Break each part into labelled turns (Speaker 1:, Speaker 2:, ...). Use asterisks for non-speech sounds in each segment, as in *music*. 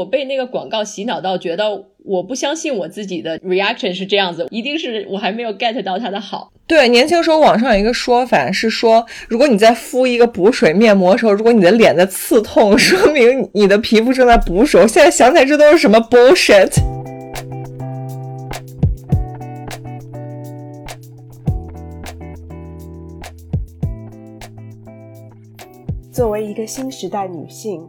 Speaker 1: 我被那个广告洗脑到，觉得我不相信我自己的 reaction 是这样子，一定是我还没有 get 到它的好。
Speaker 2: 对，年轻时候网上有一个说法是说，如果你在敷一个补水面膜的时候，如果你的脸在刺痛， *laughs* 说明你的皮肤正在补水。我现在想起来，这都是什么 bullshit？
Speaker 3: 作为一个新时代女性，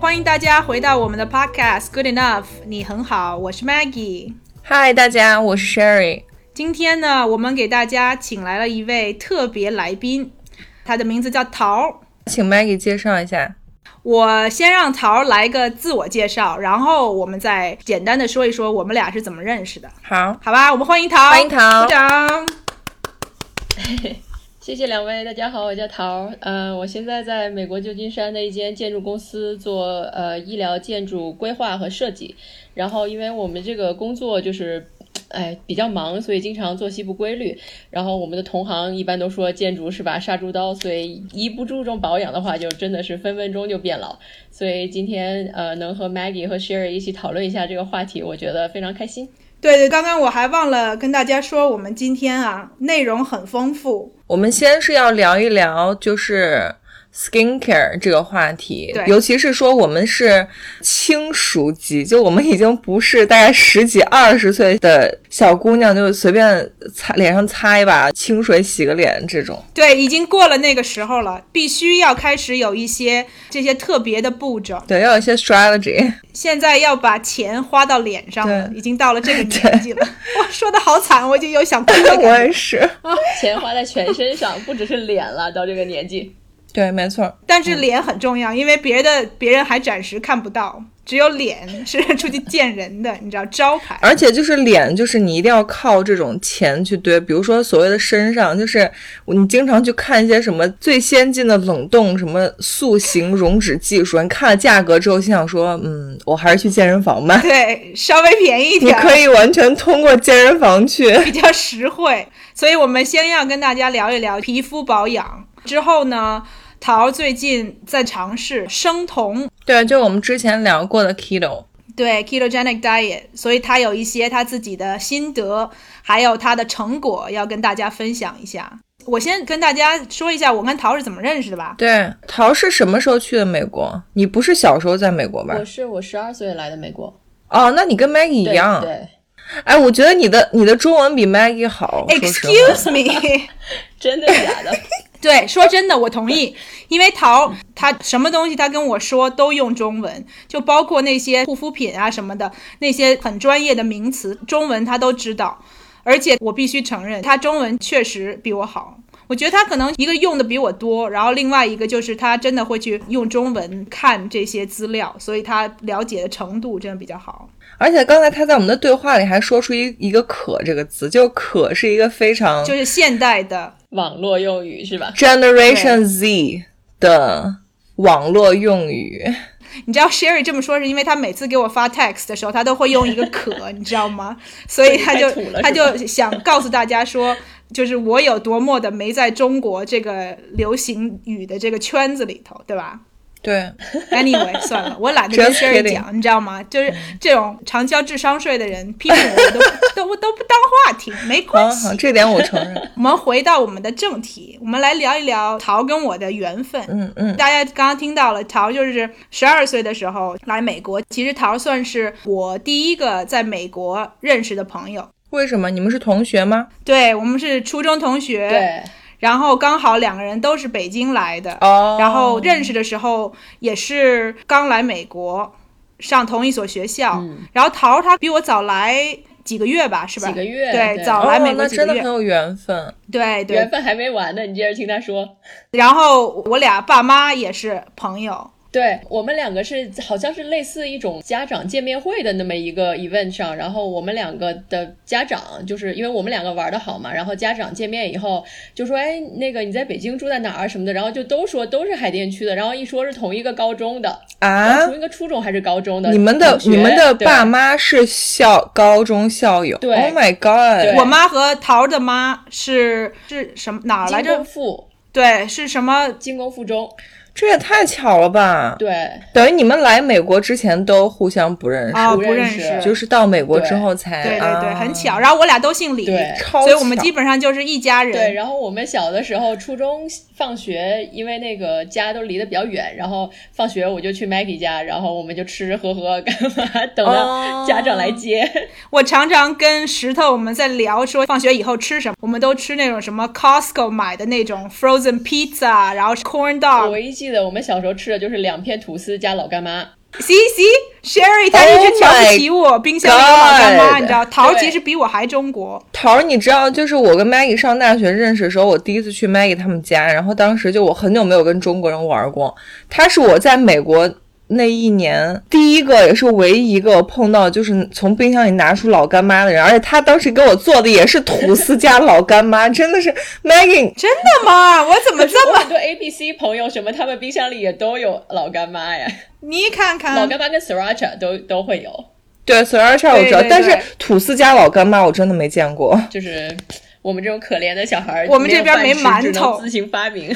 Speaker 4: 欢迎大家回到我们的 Podcast《Good Enough》，你很好，我是 Maggie。
Speaker 5: 嗨，大家，我是 Sherry。
Speaker 4: 今天呢，我们给大家请来了一位特别来宾，他的名字叫桃儿。
Speaker 5: 请 Maggie 介绍一下。
Speaker 4: 我先让桃儿来个自我介绍，然后我们再简单的说一说我们俩是怎么认识的，
Speaker 5: 好，
Speaker 4: 好吧？我们欢迎桃儿，
Speaker 5: 欢迎桃儿
Speaker 4: 鼓掌。
Speaker 1: 谢谢两位，大家好，我叫桃儿，呃，我现在在美国旧金山的一间建筑公司做呃医疗建筑规划和设计，然后因为我们这个工作就是。哎，比较忙，所以经常作息不规律。然后我们的同行一般都说建筑是把杀猪刀，所以一不注重保养的话，就真的是分分钟就变老。所以今天呃，能和 Maggie 和 Sherry 一起讨论一下这个话题，我觉得非常开 *laughs* 心。
Speaker 4: 对对，刚刚我还忘了跟大家说，我们今天啊内容很丰富，
Speaker 5: 我们先是要聊一聊，就是 skincare 这个话题
Speaker 4: 对，
Speaker 5: 尤其是说我们是
Speaker 2: 轻熟级，就我们已经不是大概十几、二十岁的小姑娘，就随便擦脸上擦一把清水洗个脸这种。
Speaker 4: 对，已经过了那个时候了，必须要开始有一些这些特别的步骤。
Speaker 2: 对，要有一些 strategy。
Speaker 4: 现在要把钱花到脸上了，
Speaker 2: 对
Speaker 4: 已经到了这个年纪了。 *laughs* 哇，说的好惨，我已经有想哭的
Speaker 2: *laughs* *laughs*
Speaker 4: 感
Speaker 2: 我
Speaker 4: 觉。
Speaker 2: 也是，
Speaker 1: 钱花在全身上，不只是脸了。到这个年纪，
Speaker 2: 对，没错。
Speaker 4: 但是脸很重要，因为别的别人还暂时看不到，只有脸是出去见人的，你知道招牌。
Speaker 2: 而且就是脸，就是你一定要靠这种钱去堆。比如说所谓的身上，就是你经常去看一些什么最先进的冷冻什么塑形溶脂技术，你看了价格之后，心想说，嗯，我还是去健身房
Speaker 1: *laughs*
Speaker 2: 吧。
Speaker 4: 对，稍微便宜一
Speaker 2: 你
Speaker 4: 点儿，
Speaker 2: 可以完全通过健身房去。
Speaker 4: 比较实惠。所以我们先要跟大家聊一聊皮肤保养。之后呢，桃最近在尝试生酮
Speaker 5: 对，就是我们之前聊过的 keto。
Speaker 4: 对 ketogenic diet，所以他有一些他自己的心得，还有他的成果要跟大家分享一下。我先跟大家说一下我跟桃是怎么认识的吧。
Speaker 5: 对，
Speaker 2: 桃是什么时候去的美国？你不是小时候在美国吧
Speaker 1: 我？是我十二岁来的美国，
Speaker 2: 哦，那你跟 Maggie
Speaker 1: 对
Speaker 2: 一样。
Speaker 1: 对，
Speaker 2: 哎，我觉得你的你的中文比 Maggie 好。说实话 *laughs*
Speaker 4: Excuse me，
Speaker 1: 真的假的？
Speaker 4: 对，说真的，我同意，因为桃他什么东西他跟我说都用中文，就包括那些护肤品啊什么的，那些很专业的名词，中文他都知道。而且我必须承认，他中文确实比我好。我觉得他可能一个用的比我多，然后另外一个就是他真的会去用中文看这些资料，所以他了解的程度真的比较好。
Speaker 2: 而且刚才他在我们的对话里还说出一一个“可”这个词，就“可”是一个非常
Speaker 4: 就是现代的，
Speaker 1: *laughs* 网络用语是吧？
Speaker 2: Generation Z 的网络用语。
Speaker 4: 你知道 Sherry 这么说是因为他每次给我发 text 的时候，他都会用一个可，你知道吗？所以他就
Speaker 1: 太土了
Speaker 4: 他
Speaker 1: 是吧
Speaker 4: 就想告诉大家说，就是我有多么的没在中国这个流行语的这个圈子里头，对吧
Speaker 2: 对，
Speaker 4: ？Anyway，算 *laughs* 了，我懒得跟
Speaker 2: Just
Speaker 4: Sherry
Speaker 2: kidding
Speaker 4: 讲，你知道吗？就是这种常交智商税的人批评我，我都 *laughs* 都我都不当话题，没
Speaker 1: 嗯
Speaker 4: 关
Speaker 2: 好
Speaker 4: 系
Speaker 2: 好，。这点我承
Speaker 4: *laughs*
Speaker 2: 认。
Speaker 4: 我们回到我们的正题，我们来聊一聊桃跟我的缘分。
Speaker 2: 嗯嗯，
Speaker 4: 大家刚刚听到了，桃就是十二岁的时候来美国。其实桃算是我第一个在美国认识的朋友。
Speaker 2: 为什么你们是同学吗？
Speaker 4: 对我们是初中同学，
Speaker 1: 对，
Speaker 4: 然后刚好两个人都是北京来的，
Speaker 2: 哦
Speaker 4: 然后认识的时候也是
Speaker 1: 嗯
Speaker 4: 刚来美国，上同一所学校。然后桃儿她比我早来几个月吧，是吧？
Speaker 1: 几个月
Speaker 4: 对，
Speaker 1: 对
Speaker 4: 早来美
Speaker 2: 哦，
Speaker 4: 国
Speaker 2: 那
Speaker 4: 几个
Speaker 2: 真的很
Speaker 4: 月，
Speaker 2: 有缘分。
Speaker 4: 对对
Speaker 1: 缘。分还没完呢，你接着听他说。
Speaker 4: 然后我俩爸妈也是朋友，
Speaker 1: 对我们两个是好像是类似一种家长见面会的那么一个 event 上，然后我们两个的家长就是因为我们两个玩的好嘛，然后家长见面以后就说，哎，那个你在北京住在哪儿什么的，然后就都说都是海淀区的，然后一说是同一个高中的，
Speaker 2: 啊
Speaker 1: 同一个初中还是高中的同学，
Speaker 2: 你们的你们的
Speaker 1: 对
Speaker 2: 爸妈是校高中校友
Speaker 1: 对
Speaker 2: ？Oh my god！
Speaker 1: 对
Speaker 4: 我妈和桃儿的妈是是什么哪儿来
Speaker 1: 金工
Speaker 4: 着？
Speaker 1: 附
Speaker 4: 对，是什么？
Speaker 1: 金工附中，
Speaker 2: 这也太巧了吧！
Speaker 1: 对
Speaker 2: 等于你们来美国之前都互相不认识，
Speaker 4: 啊，
Speaker 1: 不
Speaker 4: 不
Speaker 1: 认
Speaker 4: 认
Speaker 1: 识嗯
Speaker 4: 识，
Speaker 2: 就是到美国之后才
Speaker 4: 对对对，
Speaker 2: 啊
Speaker 4: 很巧。然后我俩都姓李，
Speaker 1: 对
Speaker 2: 超
Speaker 4: 所以我们
Speaker 2: 巧
Speaker 4: 基本上就是一家人。
Speaker 1: 对，然后我们小的时候，初中放学，因为那个家都离得比较远，然后放学我就去 Maggie 家，然后我们就吃吃喝喝，干嘛等
Speaker 2: 哦
Speaker 1: 到家长来接。
Speaker 4: 我常常跟石头我们在聊说放学以后吃什么，我们都吃那种什么 Costco 买的那种 frozen pizza，然后
Speaker 1: 我
Speaker 4: corn dog。
Speaker 1: 唯一记得我们小时候吃的就是两片吐司加老干妈。
Speaker 4: C C Sherry
Speaker 1: Oh
Speaker 4: 她一直瞧不起我冰箱里有老干妈，
Speaker 2: God
Speaker 4: 你知道，桃
Speaker 1: 对
Speaker 4: 其实比我还中国。
Speaker 2: 桃儿，你知道，就是我跟 Maggie 上大学认识的时候，我第一次去 Maggie 他们家，然后当时就我很久没有跟中国人玩过，他是我在美国那一年第一个也是唯一一个碰到就是从冰箱里拿出老干妈的人，而且他当时给我做的也是吐司加老干妈，真的是 Maggie
Speaker 4: 真的吗？我怎么
Speaker 1: 可是
Speaker 4: 这
Speaker 1: 我
Speaker 4: 么
Speaker 1: 很多 A B C 朋友什么，他们冰箱里也都有老干妈呀，
Speaker 4: 你看
Speaker 1: 老
Speaker 4: 看
Speaker 1: 干妈跟 Sriracha 都都会有。
Speaker 2: 对 s r a c h a 我知道，
Speaker 4: 对对
Speaker 2: 但是
Speaker 4: 对
Speaker 2: 吐司加老干妈我真的没见过。
Speaker 1: 就是我们这种可怜的小孩儿，
Speaker 4: 我们这边
Speaker 1: 没有饭吃
Speaker 4: 没馒
Speaker 1: 只能
Speaker 4: 头
Speaker 1: 自行发明，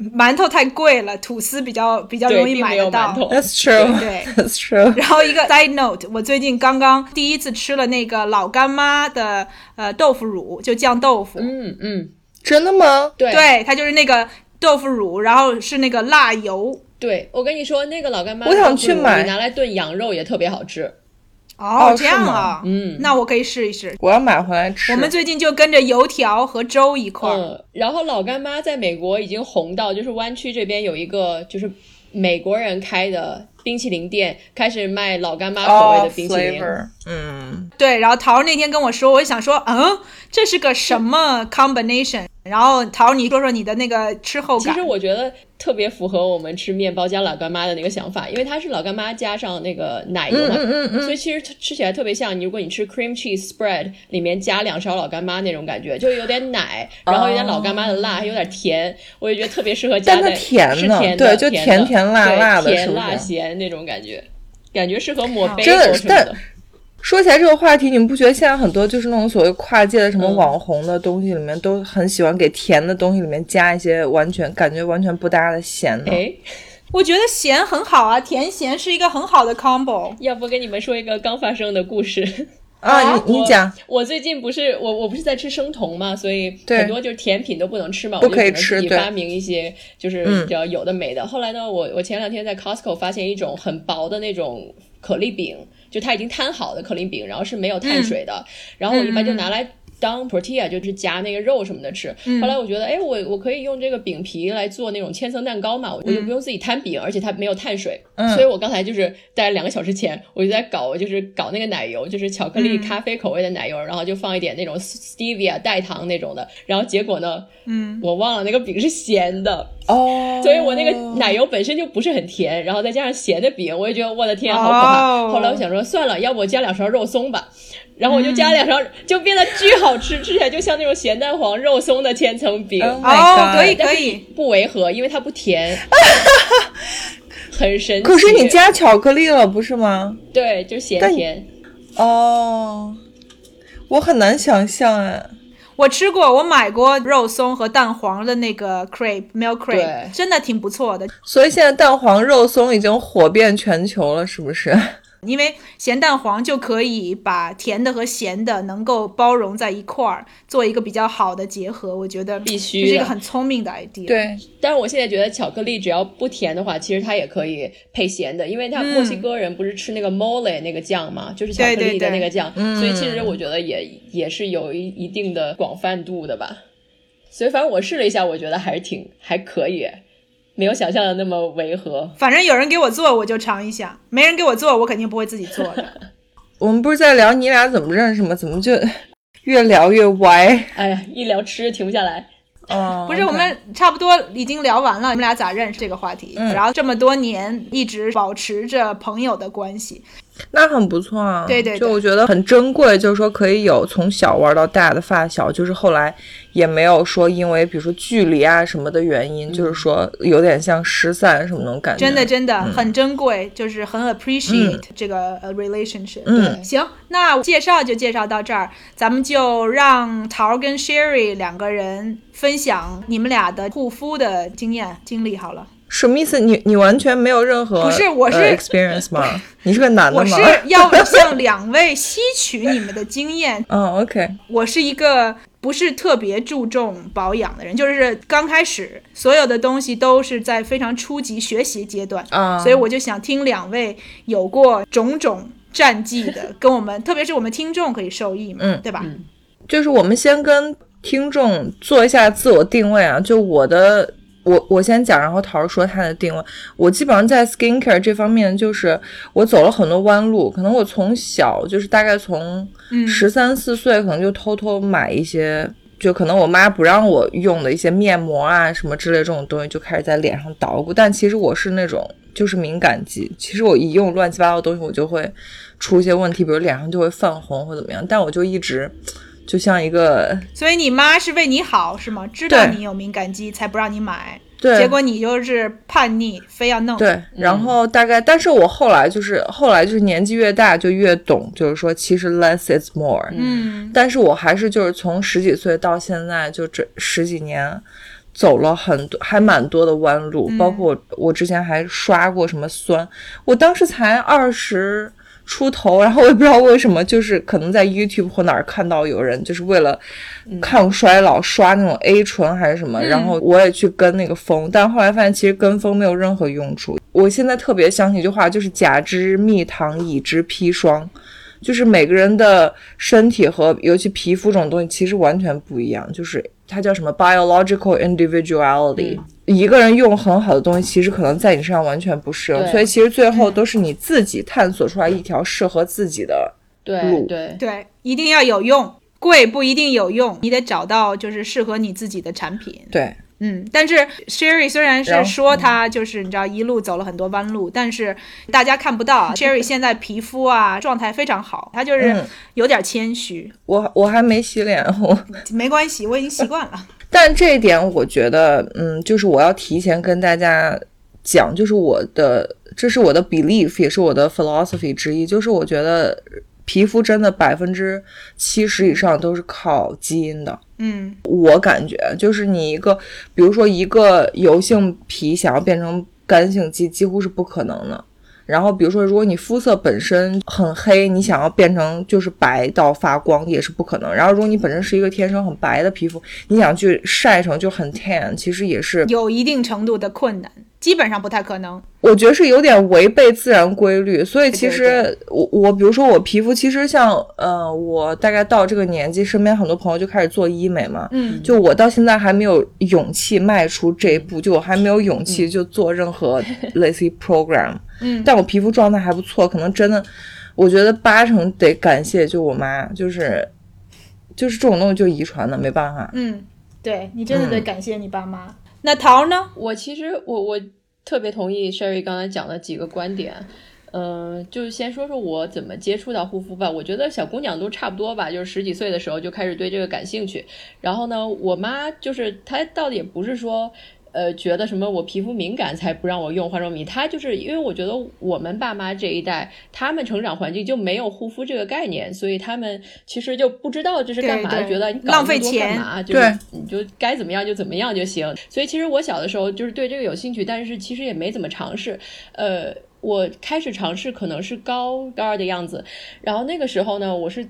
Speaker 4: 馒头太贵了，吐司比较比较
Speaker 1: 对，
Speaker 4: 容易
Speaker 1: 并
Speaker 4: 买
Speaker 1: 没
Speaker 4: 得
Speaker 1: 有
Speaker 4: 到
Speaker 1: 馒。头。
Speaker 2: That's true.
Speaker 4: 对
Speaker 2: *laughs* That's true.
Speaker 4: 然后一个 side note，我最近刚刚第一次吃了那个老干妈的呃豆腐乳，就酱豆腐。
Speaker 1: 嗯嗯，
Speaker 2: 真的吗？
Speaker 1: 对
Speaker 4: 对，它就是那个豆腐乳，然后是那个辣油。
Speaker 1: 对，我跟你说，那个老干妈，
Speaker 2: 我想去买
Speaker 1: 你拿来炖羊肉也特别好吃。
Speaker 4: 哦
Speaker 2: 哦
Speaker 4: 这样啊，
Speaker 1: 嗯
Speaker 4: 那我可以试一试。
Speaker 2: 我要买回来吃。
Speaker 4: 我们最近就跟着油条和粥一块儿，
Speaker 1: 嗯，然后老干妈在美国已经红到，就是湾区这边有一个就是美国人开的冰淇淋店，开始卖老干妈口味的冰淇淋。
Speaker 2: 哦 flavor，嗯，
Speaker 4: 对。然后桃儿那天跟我说，我就想说，嗯，这是个什么 combination？然后桃儿，你说说你的那个吃后
Speaker 1: 其
Speaker 4: 感
Speaker 1: 实。我觉得特别符合我们吃面包加老干妈的那个想法，因为它是老干妈加上那个奶
Speaker 2: 嗯
Speaker 1: 油嘛，所以其实吃起来特别像你如果你吃 cream cheese spread 里面加两勺老干妈那种感觉，就有点奶，然后有点老干妈的辣，还有点甜，我也觉得特别适合加
Speaker 2: 但它
Speaker 1: 在
Speaker 2: 甜
Speaker 1: 是
Speaker 2: 呢
Speaker 1: 甜
Speaker 2: 对
Speaker 1: 的
Speaker 2: 就
Speaker 1: 甜
Speaker 2: 甜
Speaker 1: 的
Speaker 2: 甜辣
Speaker 1: 对
Speaker 2: 辣的是
Speaker 1: 甜
Speaker 2: 不
Speaker 1: 辣
Speaker 2: 是
Speaker 1: 咸那种感觉，感觉适合抹杯
Speaker 2: 真的
Speaker 1: 什么
Speaker 2: 但
Speaker 1: 的。
Speaker 2: 说起来这个话题，你们不觉得现在很多就是那种所谓跨界的什么网红的东西里面，都很喜欢给甜的东西里面加一些完全感觉完全不搭的咸呢？
Speaker 1: 哎，
Speaker 4: 我觉得咸很好啊，甜咸是一个很好的 combo。
Speaker 1: 要不跟你们说一个刚发生的故事？ *laughs*
Speaker 2: 啊，
Speaker 1: 啊
Speaker 2: 你你
Speaker 1: 我
Speaker 2: 讲，
Speaker 1: 我最近不是我我不是在吃生酮嘛，所以
Speaker 2: 对
Speaker 1: 很多就是甜品都不能吃嘛，
Speaker 2: 不
Speaker 1: 我就
Speaker 2: 可以
Speaker 1: 只能自
Speaker 2: 吃
Speaker 1: 己
Speaker 2: 对
Speaker 1: 发明一些就是
Speaker 2: 嗯
Speaker 1: 比较有的没的。后来呢，我我前两天在 Costco 发现一种很薄的那种可丽饼，就它已经摊好的可丽饼，然后是没有
Speaker 2: 嗯
Speaker 1: 碳水的，然后我一般就拿来。当 tortilla 就是夹那个肉什么的吃。
Speaker 2: 嗯
Speaker 1: 后来我觉得，哎，我我可以用这个饼皮来做那种千层蛋糕嘛，我就不用自己摊饼，而且它没有碳水。
Speaker 2: 嗯
Speaker 1: 所以我刚才就是大概两个小时前，我就在搞，就是搞那个奶油，就是巧克
Speaker 2: 嗯
Speaker 1: 力咖啡口味的奶油，然后就放一点那种 stevia 代糖那种的。然后结果呢，
Speaker 4: 嗯，
Speaker 1: 我忘了那个饼是咸的，
Speaker 2: 哦，
Speaker 1: 所以我那个奶油本身就不是很甜，然后再加上咸的饼，我就觉得我的天，啊好可怕。
Speaker 4: 哦
Speaker 1: 后来我想说，算了，要不我加两勺肉松吧。然后我就
Speaker 2: 嗯
Speaker 1: 加两勺，就变得巨好吃，吃起来就像那种咸蛋黄肉松的千层饼。
Speaker 2: Oh my
Speaker 4: 哦，
Speaker 2: God
Speaker 4: 可以
Speaker 1: 但
Speaker 4: 可
Speaker 1: 是
Speaker 4: 以，
Speaker 1: 不违和，因为它不
Speaker 2: *laughs*
Speaker 1: 甜，很神奇。
Speaker 2: 可是你加巧克力了，不是吗？
Speaker 1: 对，就咸
Speaker 2: 但
Speaker 1: 甜。
Speaker 2: 哦，我很难想象哎。
Speaker 4: 我吃过，我买过肉松和蛋黄的那个 crepe milk
Speaker 1: 对
Speaker 4: crepe，真的挺不错的。
Speaker 2: 所以现在蛋黄肉松已经火遍全球了，是不是？
Speaker 4: 因为咸蛋黄就可以把甜的和咸的能够包容在一块儿，做一个比较好的结合。我觉得
Speaker 1: 必须
Speaker 4: 这是一个
Speaker 1: 的
Speaker 4: 很聪明的 idea。，
Speaker 2: 对，
Speaker 1: 但是我现在觉得巧克力只要不甜的话，其实它也可以配咸的，因为它
Speaker 4: 嗯
Speaker 1: 墨西哥人不是吃那个 mole 那个酱嘛，就是巧克
Speaker 4: 对
Speaker 1: 力
Speaker 4: 对
Speaker 1: 的
Speaker 4: 对
Speaker 1: 那个酱，
Speaker 2: 嗯
Speaker 1: 所以其实我觉得也也是有一一定的广泛度的吧。所以反正我试了一下，我觉得还是挺还可以，没有想象的那么违和。
Speaker 4: 反正有人给我做，我就尝一下；没人给我做，我肯定不会自己做的。
Speaker 2: 我们不是在聊你俩怎么认识吗？怎么就越聊越歪？
Speaker 1: 哎呀，一聊吃停不下来。
Speaker 2: *laughs* 哦，
Speaker 4: 不是，我们差不多已经聊完了，你们俩咋认识这个话题？
Speaker 2: 嗯
Speaker 4: 然后这么多年一直保持着朋友的关系，
Speaker 2: 那很不错啊。
Speaker 4: 对对对
Speaker 2: 就我觉得很珍贵，就是说可以有从小玩到大的发小，就是后来也没有说因为比如说距离啊什么的原因，就是说有点像失散什么那种感觉。
Speaker 4: 嗯真的真的、
Speaker 2: 嗯
Speaker 4: 很珍贵，就是很 appreciate 这个呃 relationship。
Speaker 2: 嗯
Speaker 4: 对行，那介绍就介绍到这儿，咱们就让桃儿跟 Sherry 两个人分享你们俩的护肤的经验经历好了。
Speaker 2: 什么意思？你你完全没有任何
Speaker 4: 不是我是
Speaker 2: 呃 experience
Speaker 4: *laughs*
Speaker 2: 吗？你是个男的
Speaker 4: 我
Speaker 2: 吗
Speaker 4: 是？
Speaker 2: *laughs*
Speaker 4: 要向两位吸取你们的经验，
Speaker 2: 嗯、o k
Speaker 4: 我是一个不是特别注重保养的人，就是刚开始所有的东西都是在非常初级学习阶段，
Speaker 2: 啊、
Speaker 4: 所以我就想听两位有过种种战绩的，跟我们，特别是我们听众可以受益嘛，
Speaker 2: 嗯
Speaker 4: 对吧？
Speaker 2: 就是我们先跟听众做一下自我定位啊，就我的。我我先讲，然后桃儿说她的定位。我基本上在 skincare 这方面，就是我走了很多弯路。可能我从小就是大概从
Speaker 4: 嗯
Speaker 2: 十三四岁，可能就偷偷买一些，就可能我妈不让我用的一些面膜啊什么之类这种东西，就开始在脸上捣鼓。但其实我是那种就是敏感肌，其实我一用乱七八糟的东西，我就会出一些问题，比如脸上就会泛红或怎么样。但我就一直就像一个
Speaker 4: 所以你妈是为你好是吗？知道
Speaker 2: 对
Speaker 4: 你有敏感肌才不让你买，
Speaker 2: 对
Speaker 4: 结果嗯你就是叛逆，非要弄。
Speaker 2: 对，然后大概，但是我后来就是后来就是年纪越大就越懂，就是说其实 less is more，
Speaker 4: 嗯，
Speaker 2: 但是我还是就是从十几岁到现在，就这十几年，走了很多还蛮多的弯路，包括我我之前还刷过什么酸，我当时才二十出头，然后我也不知道为什么，就是可能在 YouTube 或哪儿看到有人就是为了抗衰老刷那种 A 醇还是什么，然后我也去跟那个风，但后来发现其实跟风没有任何用处。我现在特别相信一句话，就是甲之蜜糖，乙之砒霜。就是每个人的身体和尤其皮肤这种东西其实完全不一样，就是它叫什么 biological individuality、一个人用很好的东西，其实可能在你身上完全不适用，
Speaker 1: 对
Speaker 2: 所以其实最后都是你自己探索出来一条适合自己的。
Speaker 1: 对
Speaker 2: 路
Speaker 1: 对
Speaker 4: 对，一定要有用，贵不一定有用，你得找到就是适合你自己的产品。
Speaker 2: 对，
Speaker 4: 嗯，但是 Sherry 虽然
Speaker 2: 然
Speaker 4: 是
Speaker 2: 后嗯
Speaker 4: 说她就是你知道一路走了很多弯路，但是大家看不
Speaker 2: *laughs*
Speaker 4: 到啊，Sherry 现在皮肤啊状态非常好，她就是
Speaker 2: 嗯
Speaker 4: 有点谦虚，
Speaker 2: 我我还没洗脸，我
Speaker 4: 没关系，我已经习惯了。
Speaker 2: 但这一点我觉得，嗯，就是我要提前跟大家讲，就是我的这是我的 belief，也是我的 philosophy 之一，就是我觉得皮肤真的百分之七十以上都是靠基因的。
Speaker 4: 嗯
Speaker 2: 我感觉就是你一个，比如说一个油性皮想要变成干性肌，几乎是不可能的。然后比如说，如果你肤色本身很黑，你想要变成就是白到发光也是不可能。然后如果你本身是一个天生很白的皮肤，你想去晒成就很 tan，其实也是
Speaker 4: 有一定程度的困难，基本上不太可能。
Speaker 2: 我觉得是有点违背自然规律，所以其
Speaker 4: 对
Speaker 2: 实我我比如说我皮肤其实像呃我大概到这个年纪，身边很多朋友就开始做医美嘛，
Speaker 4: 嗯，
Speaker 2: 就我到现在还没有勇气迈出这一步，就我还没有勇
Speaker 1: 嗯
Speaker 2: 气就做任何类似于 program，
Speaker 4: 嗯
Speaker 2: 但我皮肤状态还不错，可能真的，我觉得八成得感谢就我妈，就是就是这种东西就遗传的，没办法。
Speaker 4: 嗯，对你真的得感谢你爸妈。那桃呢？
Speaker 1: 我其实我我特别同意 Sherry 刚才讲的几个观点。嗯，就是先说说我怎么接触到护肤吧。我觉得小姑娘都差不多吧，就是十几岁的时候就开始对这个感兴趣。然后呢，我妈就是她倒也不是说，呃，觉得什么我皮肤敏感才不让我用化妆品，她就是因为我觉得我们爸妈这一代，他们成长环境就没有护肤这个概念，所以他们其实就不知道这是干嘛，
Speaker 4: 对对
Speaker 1: 觉得你搞
Speaker 4: 浪费
Speaker 1: 那么多干
Speaker 4: 钱
Speaker 1: 嘛啊，就
Speaker 2: 对
Speaker 1: 是你就该怎么样就怎么样就行。所以其实我小的时候就是对这个有兴趣，但是其实也没怎么尝试。呃，我开始尝试可能是高高二的样子，然后那个时候呢，我是。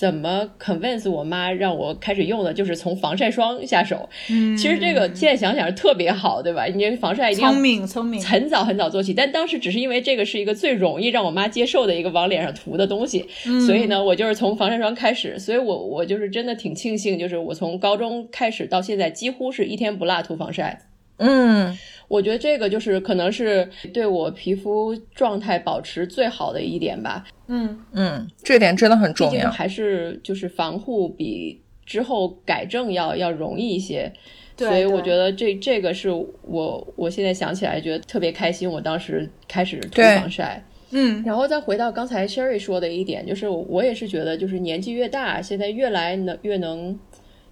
Speaker 1: 怎么 convince 我妈让我开始用的，就是从防晒霜下手。
Speaker 4: 嗯，
Speaker 1: 其实这个现在想想是特别好，对吧？你这防晒一定要
Speaker 4: 聪明聪明，
Speaker 1: 很早很早做起，但当时只是因为这个是一个最容易让我妈接受的一个往脸上涂的东西，
Speaker 4: 嗯
Speaker 1: 所以呢，我就是从防晒霜开始，所以我我就是真的挺庆幸，就是我从高中开始到现在，几乎是一天不落涂防晒。
Speaker 2: 嗯，
Speaker 1: 我觉得这个就是可能是对我皮肤状态保持最好的一点吧。
Speaker 4: 嗯，
Speaker 2: 嗯，这点真的很
Speaker 1: 毕
Speaker 2: 重
Speaker 1: 竟
Speaker 2: 要。
Speaker 1: 还是就是防护比之后改正要要容易一些。
Speaker 4: 对
Speaker 1: 所以我
Speaker 4: 对
Speaker 1: 觉得这这个是我我现在想起来觉得特别开心。我当时开始涂
Speaker 2: 对
Speaker 1: 防晒，
Speaker 4: 嗯，
Speaker 1: 然后再回到刚才 Sherry 说的一点，就是我也是觉得，就是年纪越大，现在越来能越能，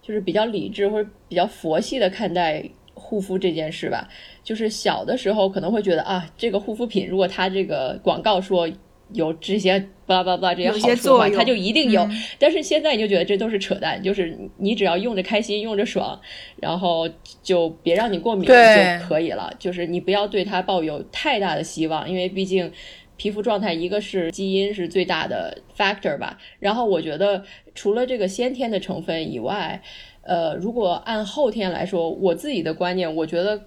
Speaker 1: 就是比较理智或者比较佛系的看待护肤这件事吧。就是小的时候可能会觉得啊，这个护肤品如果它这个广告说有这些巴拉巴拉巴拉这些
Speaker 4: 有些
Speaker 1: 好处的话，
Speaker 4: 作用嗯
Speaker 1: 它就一定有。但是现在你就觉得这都是扯淡，就是你只要用着开心，用着爽，然后就别让你过敏
Speaker 2: 对
Speaker 1: 就可以了。就是你不要对它抱有太大的希望，因为毕竟皮肤状态一个是基因是最大的 factor 吧。然后我觉得除了这个先天的成分以外，呃，如果按后天来说，我自己的观念，我觉得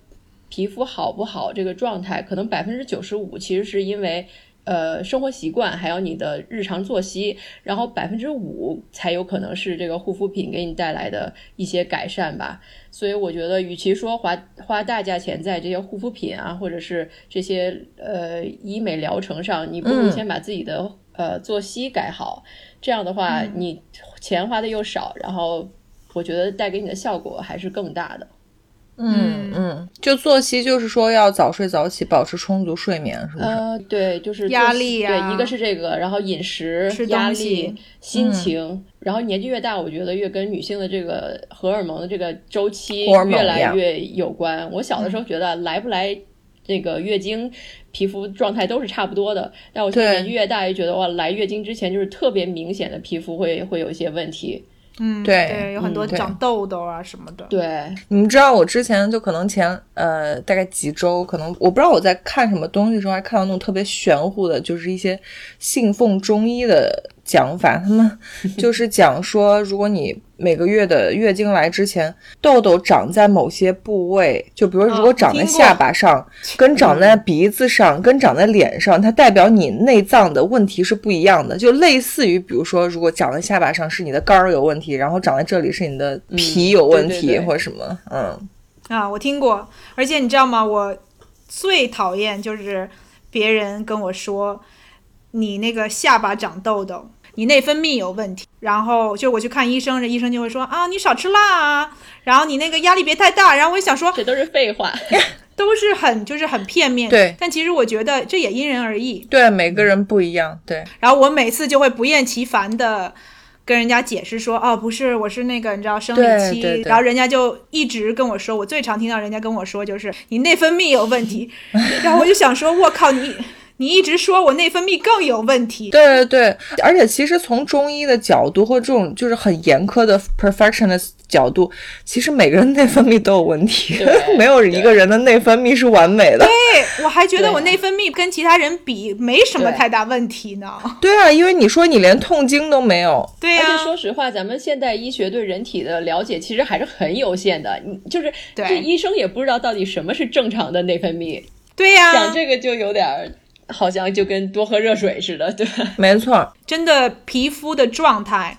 Speaker 1: 皮肤好不好这个状态，可能百分之九十五其实是因为。呃，生活习惯还有你的日常作息，然后百分之五才有可能是这个护肤品给你带来的一些改善吧。所以我觉得，与其说花花大价钱在这些护肤品啊，或者是这些呃医美疗程上，你不如
Speaker 2: 嗯
Speaker 1: 先把自己的、呃作息改好。这样的话，你钱花的又少，然后我觉得带给你的效果还是更大的。
Speaker 2: 嗯嗯，就作息就是说要早睡早起，保持充足睡眠，是不是？
Speaker 1: 呃，对，就是作
Speaker 4: 压
Speaker 1: 息
Speaker 4: 力呀
Speaker 1: 对，一个是这个，然后饮食
Speaker 4: 吃、东
Speaker 1: 压
Speaker 4: 西嗯
Speaker 1: 力、心情，然后年纪越大，我觉得越跟女性的这个荷尔蒙的这个周期
Speaker 2: 荷尔蒙
Speaker 1: 越来
Speaker 2: 呀
Speaker 1: 越有关。我小的时
Speaker 4: 嗯
Speaker 1: 候觉得来不来这个月经，皮肤状态都是差不多的，但我现在
Speaker 2: 对
Speaker 1: 年纪越大，也觉得哇，来月经之前就是特别明显的皮肤会会有一些问题。
Speaker 4: 嗯，
Speaker 2: 对
Speaker 4: 对，有很多
Speaker 2: 嗯对
Speaker 4: 长痘痘啊什么的。
Speaker 1: 对，
Speaker 2: 你们知道我之前就可能前呃大概几周，可能我不知道我在看什么东西的时候，还看到那种特别玄乎的，就是一些信奉中医的讲法，他们就是讲说，如果你每个月的月经来之前，痘痘长在某些部位，就比如如果长在下巴上，跟长在鼻子上，跟长在脸上，它代表你内脏的问题是不一样的。就类似于，比如说，如果长在下巴上是你的肝儿有问题，然后长在这里是你的脾有问
Speaker 1: 对对
Speaker 2: 题、
Speaker 1: 对
Speaker 2: 或者什么，嗯
Speaker 4: 啊，我听过，而且你知道吗？我最讨厌就是别人跟我说你那个下巴长痘痘，你内分泌有问题。然后就我去看医生，这医生就会说啊，你少吃辣啊，然后你那个压力别太大。然后我就想说，
Speaker 1: 这都是废话。
Speaker 4: 都是很就是很片面。
Speaker 2: 对
Speaker 4: 但其实我觉得这也因人而异。
Speaker 2: 对，每个人不一样，对，
Speaker 4: 然后我每次就会不厌其烦的跟人家解释说，哦，不是，我是那个你知道生理
Speaker 2: 对
Speaker 4: 期，
Speaker 2: 对对
Speaker 4: 然后人家就一直跟我说，我最常听到人家跟我说就是你内分泌有问
Speaker 1: *laughs*
Speaker 4: 题，然后我就想说，我靠，你你一直说我内分泌更有问题，
Speaker 2: 对对对，而且其实从中医的角度或这种就是很严苛的 perfectionist 角度，其实每个人内分泌都有问题
Speaker 1: 对，
Speaker 2: *laughs* 没有一个人的内分泌是完美的。
Speaker 4: 对我还觉得
Speaker 1: 对
Speaker 4: 我内分泌跟其他人比没什么
Speaker 1: 对
Speaker 4: 太大问题呢，
Speaker 2: 对啊，因为你说你连痛经都没有，
Speaker 4: 对
Speaker 1: 而
Speaker 4: 呀、
Speaker 1: 且说实话，咱们现代医学对人体的了解其实还是很有限的，你就是
Speaker 4: 对
Speaker 1: 这医生也不知道到底什么是正常的内分泌，
Speaker 4: 对呀、
Speaker 1: 讲这个就有点儿好像就跟多喝热水似的，对吧？
Speaker 2: 没错，
Speaker 4: 真的皮肤的状态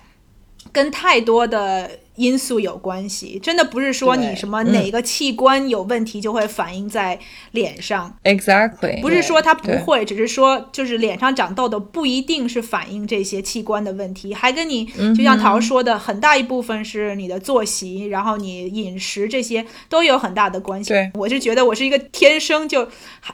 Speaker 4: 跟太多的因素有关系，真的不是说
Speaker 1: 对
Speaker 4: 你什么哪个器官有问题就会反映在脸上，
Speaker 2: Exactly，
Speaker 4: 不是说它不会，只是说就是脸上长痘痘不一定是反映这些器官的问题，还跟你
Speaker 2: 嗯
Speaker 4: 就像桃说的，很大一部分是你的作息，然后你饮食这些都有很大的关系
Speaker 2: 对。
Speaker 4: 我是觉得我是一个天生就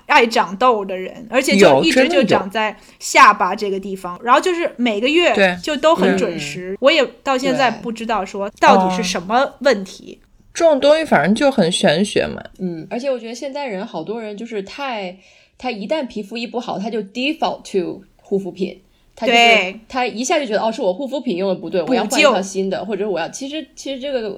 Speaker 4: 爱长痘的人，而且就
Speaker 2: 有
Speaker 4: 一直
Speaker 2: 真的
Speaker 4: 就
Speaker 2: 有
Speaker 4: 长在下巴这个地方，然后就是每个月
Speaker 2: 对
Speaker 4: 就都很准
Speaker 1: 嗯
Speaker 4: 时。我也到现在
Speaker 1: 对
Speaker 4: 不知道说到
Speaker 2: 哦
Speaker 4: 底是什么问题。
Speaker 2: 这种东西，反正就很玄学嘛。
Speaker 1: 嗯，而且我觉得现在人好多人就是太，他一旦皮肤一不好，他就 default to 护肤品。他就是
Speaker 4: 对
Speaker 1: 他一下就觉得哦，是我护肤品用的不对，我要
Speaker 4: 补
Speaker 1: 换一
Speaker 4: 救
Speaker 1: 套新的，或者我要其实其实这个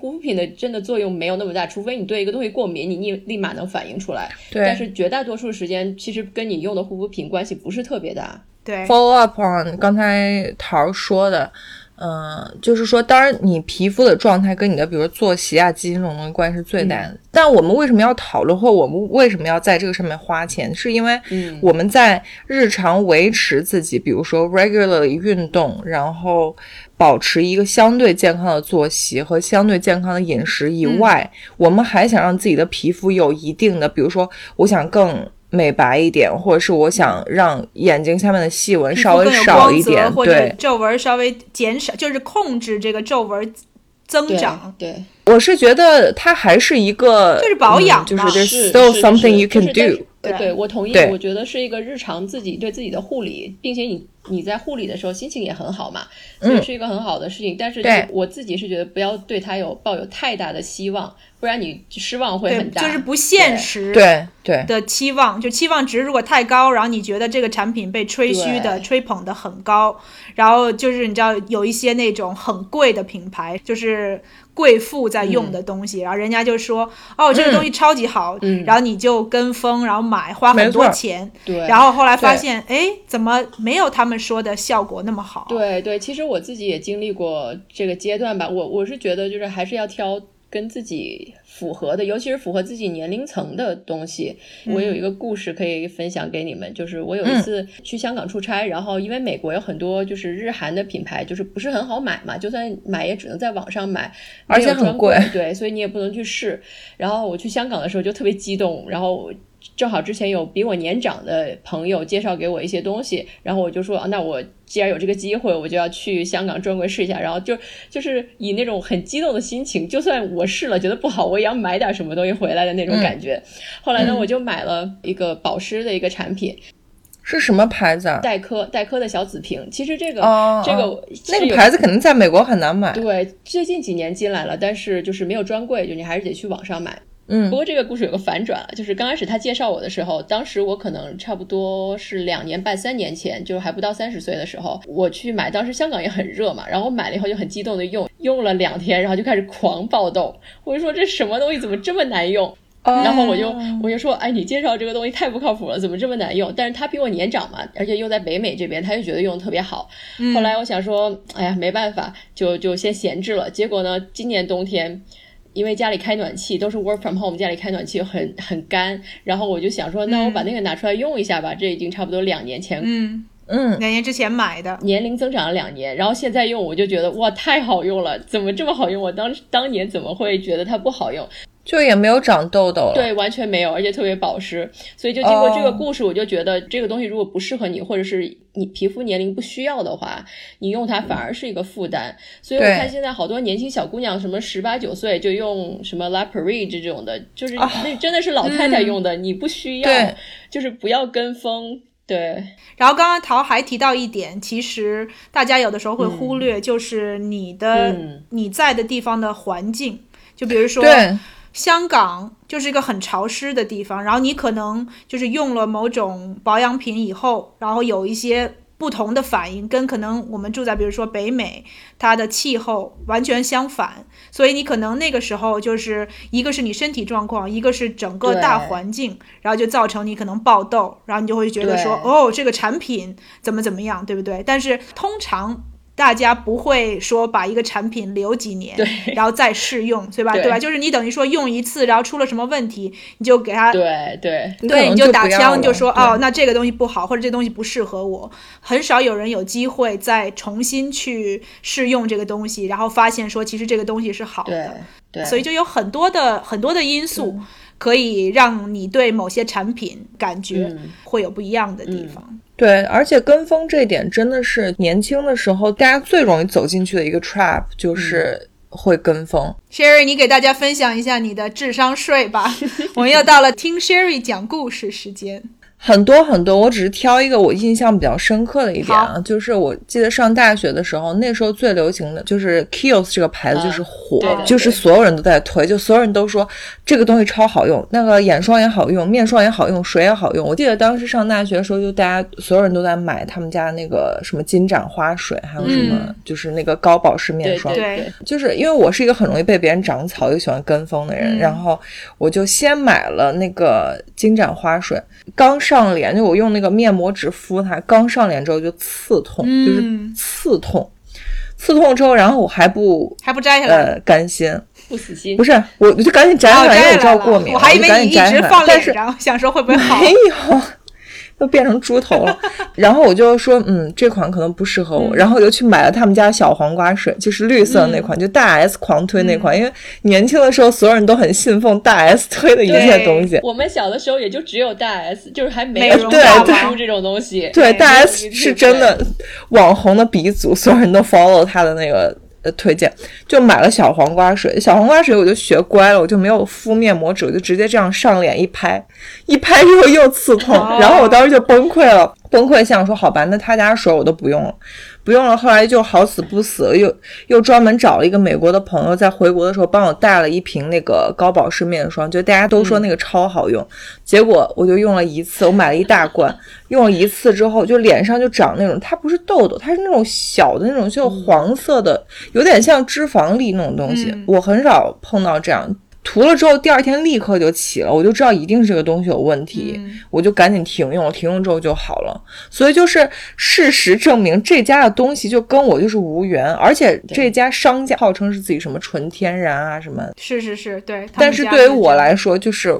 Speaker 1: 护肤品的真的作用没有那么大，除非你对一个东西过敏，你立立马能反应出来。但
Speaker 2: 对
Speaker 1: 是绝大多数时间，其实跟你用的护肤品关系不是特别大。
Speaker 4: 对，
Speaker 2: ，follow up on 刚才桃儿说的，嗯，就是说，当然你皮肤的状态跟你的，比如作息啊、基因这种东西关系是最大的。但我们为什么要讨论，或我们为什么要在这个上面花钱，是因为
Speaker 1: 嗯
Speaker 2: 我们在日常维持自己，比如说 regularly 运动，然后保持一个相对健康的作息和相对健康的饮食以外，我们还想让自己的皮肤有一定的，比如说，我想更。美白一点，或者是我想让眼睛下面的细纹
Speaker 4: 皮
Speaker 2: 稍
Speaker 4: 肤
Speaker 2: 微
Speaker 4: 更有
Speaker 2: 少
Speaker 4: 光
Speaker 2: 一
Speaker 4: 泽
Speaker 2: 点，
Speaker 4: 或
Speaker 2: 对
Speaker 4: 者，皱纹稍微减少，就是控制这个皱纹增
Speaker 1: 对
Speaker 4: 长。
Speaker 1: 对，
Speaker 2: 我是觉得它还是一个，
Speaker 4: 就是保养
Speaker 2: 嗯就
Speaker 4: 嘛
Speaker 2: 是
Speaker 1: 是
Speaker 2: there's still
Speaker 1: 是
Speaker 2: something
Speaker 1: 是
Speaker 2: you
Speaker 1: 就
Speaker 2: can
Speaker 1: 是但是
Speaker 2: do。
Speaker 1: 呃
Speaker 4: 对
Speaker 1: 对我同意
Speaker 2: 对，
Speaker 1: 我觉得是一个日常自己对自己的护理，并且你你在护理的时候心情也很好嘛，所以
Speaker 2: 嗯
Speaker 1: 是一个很好的事情。但是
Speaker 2: 对
Speaker 1: 我自己是觉得不要对它有抱有太大的希望，不然你失望会
Speaker 4: 对
Speaker 1: 很，大。
Speaker 4: 就是不现实。
Speaker 2: 对对
Speaker 4: 的期望，就期望值如果太高，然后你觉得这个产品被吹嘘的、
Speaker 1: 对
Speaker 4: 吹捧的很高，然后就是你知道有一些那种很贵的品牌，就是贵妇
Speaker 2: 嗯
Speaker 4: 在用的东西，然后人家就说哦这个东西超级好，
Speaker 1: 嗯
Speaker 4: 然后你就跟风，然后买花很
Speaker 2: 没
Speaker 4: 多
Speaker 2: 错
Speaker 4: 钱，
Speaker 1: 对，
Speaker 4: 然后后来发
Speaker 2: 对
Speaker 4: 现哎怎么没有他们说的效果那么好？
Speaker 1: 对对，其实我自己也经历过这个阶段吧。我我是觉得就是还是要挑跟自己符合的，尤其是符合自己年龄层的东西。我有一个故事可以分享给你们，就是我有一
Speaker 2: 嗯
Speaker 1: 次去香港出差，然后因为美国有很多就是日韩的品牌，就是不是很好买嘛，就算买也只能在网上买，
Speaker 2: 而
Speaker 1: 没有
Speaker 2: 且很
Speaker 1: 专柜
Speaker 2: 贵
Speaker 1: 对，所以你也不能去试。然后我去香港的时候就特别激动，然后正好之前有比我年长的朋友介绍给我一些东西，然后我就说，啊那我既然有这个机会，我就要去香港专柜试一下。然后就就是以那种很激动的心情，就算我试了觉得不好，我也要买点什么东西回来的那种
Speaker 2: 嗯
Speaker 1: 感觉。后来呢，
Speaker 4: 嗯
Speaker 1: 我就买了一个保湿的一个产品，
Speaker 2: 是什么牌子啊？
Speaker 1: 黛珂黛珂的小紫瓶。其实这个、
Speaker 2: 哦
Speaker 1: 这
Speaker 2: 哦
Speaker 1: 个
Speaker 2: 那
Speaker 1: 是有
Speaker 2: 个牌子肯定在美国很难买。
Speaker 1: 对，最近几年进来了，但是就是没有专柜，就你还是得去网上买。
Speaker 2: 嗯
Speaker 1: 不过这个故事有个反转啊，就是刚开始他介绍我的时候，当时我可能差不多是两年半、三年前，就是还不到三十岁的时候，我去买，当时香港也很热嘛，然后我买了以后就很激动的用，用了两天，然后就开始狂暴痘，我就说这什么东西怎么这么难用？然后我就我就说，哎，你介绍这个东西太不靠谱了，怎么这么难用？但是他比我年长嘛，而且又在北美这边，他就觉得用的特别好。
Speaker 4: 嗯
Speaker 1: 后来我想说，哎呀，没办法，就就先闲置了。结果呢，今年冬天。因为家里开暖气，都是 work from home，家里开暖气很很干，然后我就想说，那我把那个拿出来用一下吧。这已经差不多两年前，
Speaker 4: 嗯，
Speaker 2: 嗯，
Speaker 4: *laughs* 两年之前买的，
Speaker 1: 年龄增长了两年，然后现在用，我就觉得哇，太好用了，怎么这么好用？我当当年怎么会觉得它不好用？
Speaker 2: 就也没有长痘痘了。
Speaker 1: 对，完全没有，而且特别保湿。所以就经过这个
Speaker 2: 哦
Speaker 1: 故事，我就觉得这个东西如果不适合你，或者是你皮肤年龄不需要的话，你用它反而是一个负担。所以我
Speaker 2: 对
Speaker 1: 看现在好多年轻小姑娘，什么十八九岁就用什么 La p r i 这种的，就是
Speaker 2: 啊嗯
Speaker 1: 那真的是老太太用的，你不需要
Speaker 2: 对，
Speaker 1: 就是不要跟风。对，
Speaker 4: 然后刚刚陶还提到一点，其实大家有的时候会忽略，就是你的、
Speaker 1: 嗯
Speaker 4: 你在的地方的环境，就比如说
Speaker 2: 对
Speaker 4: 香港就是一个很潮湿的地方，然后你可能就是用了某种保养品以后，然后有一些。不同的反应跟可能我们住在比如说北美，它的气候完全相反，所以你可能那个时候就是一个是你身体状况，一个是整个
Speaker 1: 对
Speaker 4: 大环境，然后就造成你可能爆痘，然后你就会觉得说
Speaker 1: 对
Speaker 4: 哦这个产品怎么怎么样，对不对？但是通常。大家不会说把一个产品留几年，然后再试用，对吧？
Speaker 1: 对
Speaker 4: 对吧？就是你等于说用一次，然后出了什么问题，你就给
Speaker 2: 啊
Speaker 4: 它
Speaker 1: 对，对，
Speaker 2: 你可
Speaker 4: 对，
Speaker 2: 能
Speaker 4: 你
Speaker 2: 就
Speaker 4: 打
Speaker 2: 不要
Speaker 4: 枪，你就
Speaker 2: 了
Speaker 4: 说
Speaker 2: 对
Speaker 4: 哦，那这个东西不好，或者这东西不适合我。很少有人有机会再重新去试用这个东西，然后发现说其实这个东西是好
Speaker 1: 对
Speaker 4: 的。，
Speaker 1: 对。
Speaker 4: 所以就有很多的很多的因素
Speaker 2: 嗯
Speaker 4: 可以让你对某些产品感觉
Speaker 1: 嗯
Speaker 4: 会有不一样的地方。
Speaker 2: 对，而且跟风这一点真的是年轻的时候大家最容易走进去的一个 trap，就是会跟风。
Speaker 4: Sherry，你给大家分享一下你的智商税吧。
Speaker 2: *laughs*
Speaker 4: 我们又到了听 Sherry 讲故事时间。
Speaker 2: 很多很多，我只是挑一个我印象比较深刻的一点啊，就是我记得上大学的时候，那时候最流行的就是 Kiehl's 这个牌子就是火，
Speaker 1: 嗯对的
Speaker 2: 就是
Speaker 1: 对
Speaker 2: 所有人都在推，就所有人都说这个东西超好用，那个眼霜也好用，面霜也好用，水也好用。我记得当时上大学的时候，就大家所有人都在买他们家那个什么金盏花水，还有什么、
Speaker 4: 嗯
Speaker 2: 就是那个高保湿面
Speaker 1: 对
Speaker 2: 霜，
Speaker 1: 对
Speaker 4: 对
Speaker 2: 就是因为我是一个很容易被别人长草又喜欢跟风的人，
Speaker 4: 嗯
Speaker 2: 然后我就先买了那个金盏花水，刚上脸就我用那个面膜纸敷它，刚上脸之后就刺痛，就是
Speaker 4: 嗯
Speaker 2: 刺痛。刺痛之后，然后我还不
Speaker 4: 还不摘下来，
Speaker 2: 呃甘心，
Speaker 1: 不死心
Speaker 2: 不。是我我就赶紧摘下
Speaker 4: 哦
Speaker 2: 来，因
Speaker 4: 摘
Speaker 2: 为
Speaker 4: 下
Speaker 2: 我知道
Speaker 4: 来了
Speaker 2: 过敏，
Speaker 4: 我还以
Speaker 2: 就赶
Speaker 4: 为
Speaker 2: 紧
Speaker 4: 你一
Speaker 2: 摘下
Speaker 4: 直
Speaker 2: 来
Speaker 4: 放
Speaker 2: 但
Speaker 4: 脸
Speaker 2: 是
Speaker 4: 上，想说会不会好
Speaker 2: 没。有， *laughs* 都变成猪头了。然后我就说，嗯，这款可能不适合我，
Speaker 4: 嗯
Speaker 2: 然后我就去买了他们家小黄瓜水，就是绿色的那款，就大 S 狂推
Speaker 4: 嗯
Speaker 2: 那款，因为年轻的时候所有人都很信奉大 S 推的一切
Speaker 4: 对
Speaker 2: 东西。
Speaker 1: 我们小的时候也就只有大 S，就是还没
Speaker 4: 美
Speaker 1: 有
Speaker 4: 容
Speaker 2: 大
Speaker 1: 大
Speaker 4: 王
Speaker 1: 叔这种东西。
Speaker 2: 对，大
Speaker 1: 没有
Speaker 2: S
Speaker 1: 一个
Speaker 2: 是
Speaker 1: 对
Speaker 2: 真的网红的鼻祖，所有人都 follow 他的那个呃推荐，就买了小黄瓜水。小黄瓜水我就学乖了，我就没有敷面膜纸，我就直接这样上脸一拍，一拍之后又刺痛，
Speaker 4: 哦
Speaker 2: 然后我当时就崩溃了，崩溃想说好吧，那他家水我都不用了。不用了，后来就好死不死，又又专门找了一个美国的朋友，在回国的时候帮我带了一瓶那个高保湿面霜，就大家都
Speaker 1: 嗯
Speaker 2: 说那个超好用，结果我就用了一次，我买了一大罐，用了一次之后，就脸上就长那种，它不是痘痘，它是那种小的那种，就黄色的，有点像脂肪粒那种东西。
Speaker 4: 嗯
Speaker 2: 我很少碰到这样，涂了之后第二天立刻就起了，我就知道一定是这个东西有问题，
Speaker 4: 嗯
Speaker 2: 我就赶紧停用，停用之后就好了。所以就是事实证明，这家的东西就跟我就是无缘，而且这家商家号称是自己什么纯天然啊什么，
Speaker 4: 是是是，对。他
Speaker 2: 但
Speaker 4: 们
Speaker 2: 是
Speaker 4: 家
Speaker 2: 对于
Speaker 4: 这
Speaker 2: 我
Speaker 4: 样，
Speaker 2: 来说就是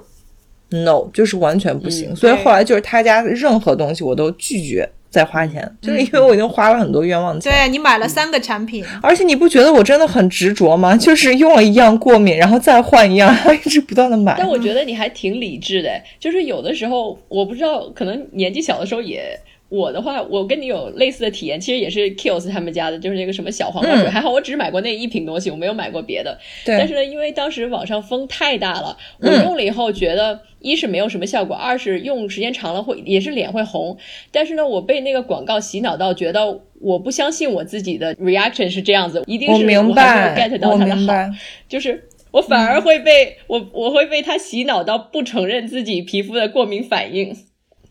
Speaker 2: no，就是完全不行。
Speaker 1: 嗯
Speaker 2: 所以
Speaker 4: 对
Speaker 2: 后来就是他家任何东西我都拒绝再
Speaker 1: 嗯
Speaker 2: 花钱，就是因为我已经花了很多冤枉钱。
Speaker 4: 对你买了三个产品，
Speaker 2: 而且你不觉得我真的很执着吗？就是用了一样过敏，然后再换一样， *laughs* 然后一直不断的买
Speaker 1: 但。我觉得你还挺理智的，就是有的时候我不知道，可能年纪小的时候也。我的话，我跟你有类似的体验，其实也是 Kills 他们家的，就是那个什么小黄瓜水，
Speaker 2: 嗯
Speaker 1: 还好我只买过那一瓶东西，我没有买过别的。但
Speaker 2: 对
Speaker 1: 是，呢，因为当时网上风太大了，我
Speaker 2: 嗯
Speaker 1: 用了以后觉得，一是没有什么效果，二是用时间长了会也是脸会红。但是呢，我被那个广告洗脑到，觉得我不相信我自己的 reaction 是这样子，一定
Speaker 2: 我
Speaker 1: 是
Speaker 2: 明
Speaker 1: 还
Speaker 2: 白
Speaker 1: 没有 get，到
Speaker 2: 我
Speaker 1: 它的
Speaker 2: 明
Speaker 1: 好。
Speaker 2: 白。
Speaker 1: 就是我反而会被、我我会被他洗脑到不承认自己皮肤的过敏反应。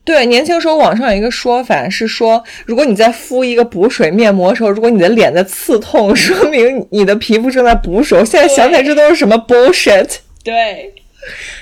Speaker 2: 对，年轻时候网上有一个说法是说，如果你在敷一个补水面膜的时候，如果你的脸在刺痛， *laughs* 说明你的皮肤正在补水。我现在想起来，这都是什么 bullshit，
Speaker 1: 对，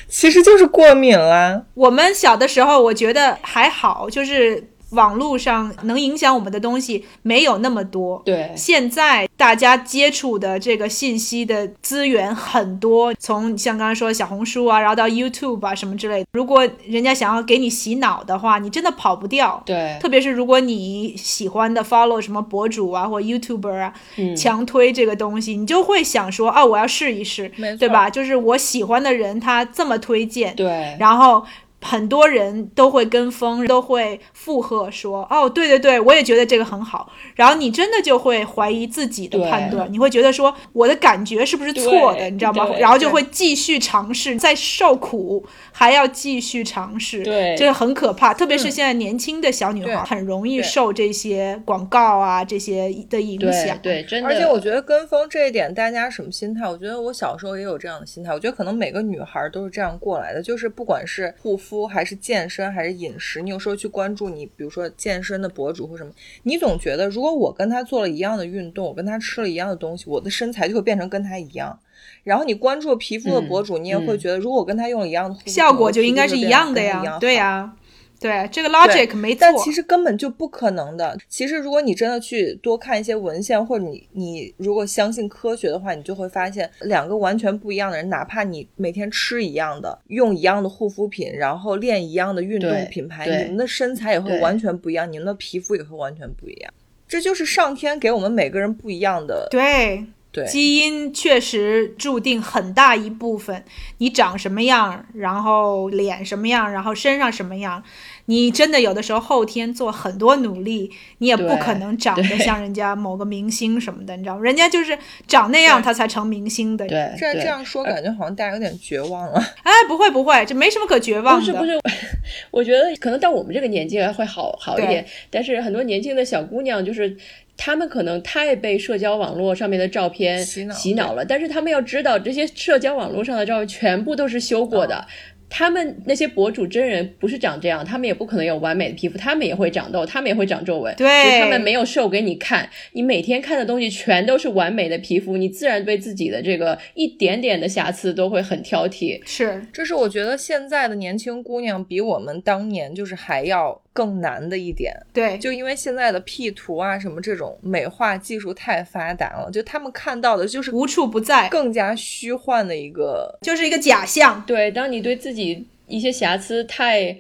Speaker 2: 其实就是过敏啦。
Speaker 4: 我们小的时候，我觉得还好，就是网络上能影响我们的东西没有那么多。
Speaker 1: 对
Speaker 4: 现在大家接触的这个信息的资源很多，从像刚刚说的小红书啊，然后到 YouTube 啊什么之类的。如果人家想要给你洗脑的话，你真的跑不掉。
Speaker 1: 对，
Speaker 4: 特别是如果你喜欢的 follow 什么博主啊或 YouTuber 啊，
Speaker 1: 嗯
Speaker 4: 强推这个东西，你就会想说啊，我要试一试
Speaker 2: 没，错
Speaker 4: 对吧？就是我喜欢的人他这么推荐，
Speaker 1: 对，
Speaker 4: 然后很多人都会跟风，都会附和说：“哦，对对对，我也觉得这个很好。”然后你真的就会怀疑自己的
Speaker 1: 对
Speaker 4: 判断，你会觉得说我的感觉是不是错的，
Speaker 1: 对
Speaker 4: 你知道吗？
Speaker 1: 对
Speaker 4: 然后就会继续尝试，再受苦还要继续尝试，
Speaker 1: 对
Speaker 4: 这个很可怕。特别是现在年轻的小女
Speaker 2: 对
Speaker 4: 孩，很容易
Speaker 2: 对
Speaker 4: 受这些广告啊这些的影
Speaker 1: 对
Speaker 4: 响。
Speaker 1: 对，真的，
Speaker 2: 而且我觉得跟风这一点，大家什么心态？我觉得我小时候也有这样的心态。我觉得可能每个女孩都是这样过来的，就是不管是护肤还是健身还是饮食，你有时候去关注你，比如说健身的博主或什么，你总觉得如果我跟她做了一样的运动，我跟她吃了一样的东西，我的身材就会变成跟她一样。然后你关注皮肤的博主，你也会
Speaker 1: 嗯
Speaker 2: 觉得，如果我跟她用一样的护肤品，
Speaker 4: 效果
Speaker 2: 我的
Speaker 4: 就
Speaker 2: 皮
Speaker 4: 应
Speaker 2: 肤
Speaker 4: 该
Speaker 2: 会
Speaker 4: 是一
Speaker 2: 变得
Speaker 4: 样的
Speaker 2: 跟她
Speaker 4: 呀
Speaker 2: 一，
Speaker 4: 对
Speaker 2: 好
Speaker 4: 呀、对，这个 logic 没错。
Speaker 2: 但其实根本就不可能的。其实，如果你真的去多看一些文献，或者你你如果相信科学的话，你就会发现两个完全不一样的人，哪怕你每天吃一样的、用一样的护肤品，然后练一样的运动
Speaker 1: 对
Speaker 2: 品牌，
Speaker 1: 对
Speaker 2: 你们的身材也会
Speaker 1: 对
Speaker 2: 完全不一样，你们的皮肤也会完全不一样。这就是上天给我们每个人不一样的
Speaker 4: 对，
Speaker 2: 对
Speaker 4: 基因确实注定很大一部分，你长什么样，然后脸什么样，然后身上什么样，你真的有的时候后天做很多努力，你也不
Speaker 1: 对
Speaker 4: 可能长得
Speaker 1: 对
Speaker 4: 像人家某个明星什么的，你知道吗？人家就是长那样
Speaker 2: 对
Speaker 4: 他才成明星的。
Speaker 1: 对
Speaker 2: 这
Speaker 1: 对
Speaker 2: 这样说，感觉好像大家有点绝望了。 *laughs*
Speaker 4: 哎，不会不会，这没什么可绝望的。
Speaker 1: 不是不是， *laughs* 我觉得可能到我们这个年纪会好好一
Speaker 4: 对
Speaker 1: 点，但是很多年轻的小姑娘就是。她们可能太被社交网络上面的照片
Speaker 2: 洗脑
Speaker 1: 洗脑了，但是她们要知道，这些社交网络上的照片全部都是修过
Speaker 4: 哦
Speaker 1: 的。她们那些博主真人不是长这样，她们也不可能有完美的皮肤，她们也会长痘，她们也会长皱纹。
Speaker 4: 对
Speaker 1: 只是她们没有秀给你看，你每天看的东西全都是完美的皮肤，你自然对自己的这个一点点的瑕疵都会很挑剔。
Speaker 4: 是
Speaker 2: 这是我觉得现在的年轻姑娘比我们当年就是还要更难的一点，
Speaker 4: 对，
Speaker 2: 就因为现在的 P 图啊什么这种美化技术太发达了，就他们看到的就是
Speaker 4: 无处不在，
Speaker 2: 更加虚幻的一个，
Speaker 4: 就是一个假象。
Speaker 1: 对，当你对自己一些瑕疵太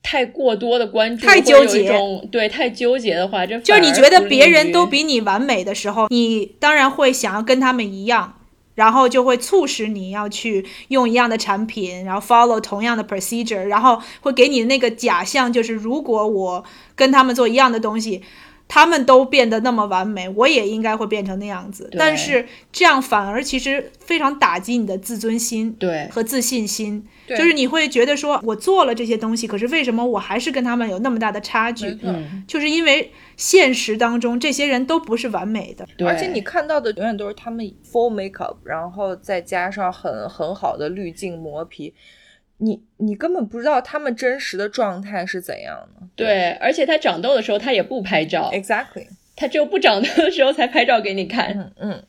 Speaker 1: 太过多的关注，
Speaker 4: 太
Speaker 1: 会有
Speaker 4: 纠结
Speaker 1: 一种对太纠结的话，这
Speaker 4: 就
Speaker 1: 反
Speaker 4: 是你
Speaker 1: 而
Speaker 4: 觉得
Speaker 1: 不利
Speaker 4: 别人都
Speaker 1: 于
Speaker 4: 比你完美的时候，你当然会想要跟他们一样，然后就会促使你要去用一样的产品，然后 follow 同样的 procedure，然后会给你那个假象，就是如果我跟他们做一样的东西。他们都变得那么完美，我也应该会变成那样子。
Speaker 1: 对
Speaker 4: 但是这样反而其实非常打击你的自尊心
Speaker 1: 对
Speaker 4: 和自信心，
Speaker 2: 对
Speaker 4: 就是你会觉得说，我做了这些东西，可是为什么我还是跟他们有那么大的差距？
Speaker 2: 没错
Speaker 1: 嗯
Speaker 4: 就是因为现实当中这些人都不是完美的，
Speaker 1: 对，
Speaker 2: 而且你看到的永远都是他们 full makeup，然后再加上很很好的滤镜磨皮，你你根本不知道他们真实的状态是怎样的。
Speaker 1: 对，而且他长痘的时候他也不拍照，
Speaker 4: 哎
Speaker 2: Exactly，
Speaker 1: 他只有不长痘的时候才拍照给你看。
Speaker 2: 嗯嗯，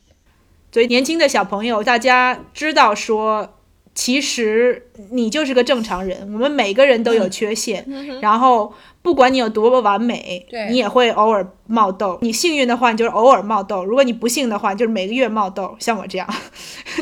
Speaker 4: 所以年轻的小朋友，大家知道说，其实你就是个正常人，我们每个人都有缺陷，然后不管你有多么完美
Speaker 2: 对，
Speaker 4: 你也会偶尔冒痘。你幸运的话，你就是偶尔冒痘；如果你不幸的话，就是每个月冒痘，像我这样。 *laughs*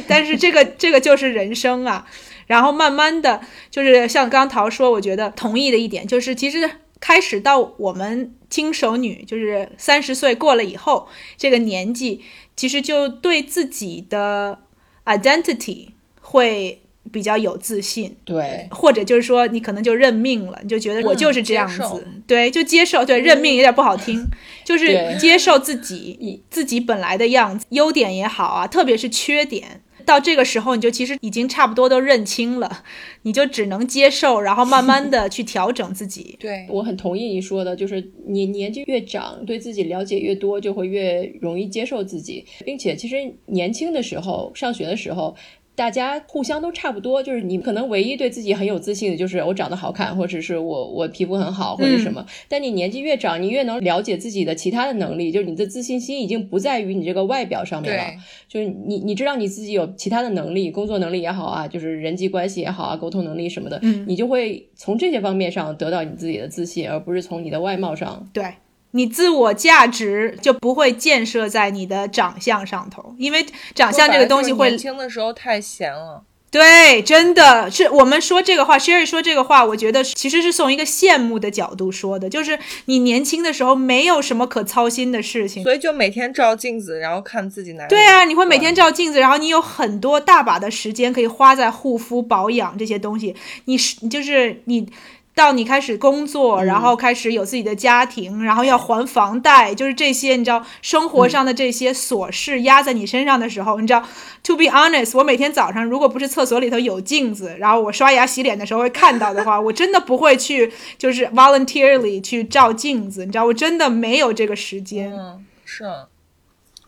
Speaker 4: 但是这个这个就是人生啊。然后慢慢的就是像刚桃说，我觉得同意的一点就是，其实开始到我们轻熟女，就是三十岁过了以后这个年纪，其实就对自己的 identity 会比较有自信。
Speaker 1: 对，
Speaker 4: 或者就是说你可能就认命了，你就觉得我就是这
Speaker 2: 嗯
Speaker 4: 样
Speaker 2: 接
Speaker 4: 子，
Speaker 2: 受。
Speaker 4: 对，就接受，对，认命有点不好听，就是
Speaker 1: 对
Speaker 4: 接受自己自己本来的样子，优点也好啊，特别是缺点。到这个时候，你就其实已经差不多都认清了，你就只能接受，然后慢慢的去调整自己
Speaker 2: 对，
Speaker 1: 我很同意你说的，就是你年纪越长，对自己了解越多，就会越容易接受自己，并且其实年轻的时候，上学的时候。大家互相都差不多，就是你可能唯一对自己很有自信的，就是我长得好看，或者是我我皮肤很好，或者什么。
Speaker 2: 嗯
Speaker 1: 但你年纪越长，你越能了解自己的其他的能力，就是你的自信心已经不在于你这个外表上面了，
Speaker 2: 对
Speaker 1: 就是你你知道你自己有其他的能力，工作能力也好啊，就是人际关系也好啊，沟通能力什么的，
Speaker 4: 嗯
Speaker 1: 你就会从这些方面上得到你自己的自信，而不是从你的外貌上。
Speaker 4: 对你自我价值就不会建设在你的长相上头，因为长相这个东西
Speaker 2: 我本来
Speaker 4: 会
Speaker 2: 就是年轻的时候太闲了，
Speaker 4: 对，真的是我们说这个话，Sherry 说这个话，我觉得其实是从一个羡慕的角度说的，就是你年轻的时候没有什么可操心的事情。
Speaker 2: 所以就每天照镜子，然后看自己哪里
Speaker 4: 对啊，你会每天照镜子，然后你有很多大把的时间可以花在护肤保养这些东西。你是你就是你，到你开始工作，然后开始有自己的家庭，然后要还房贷，就是这些你知道生活上的这些琐事压在你身上的时候，你知道，to be honest，我每天早上如果不是厕所里头有镜子，然后我刷牙洗脸的时候会看到的话，我真的不会去就是 voluntarily 去照镜子，你知道，我真的没有这个时间。
Speaker 2: 嗯，是。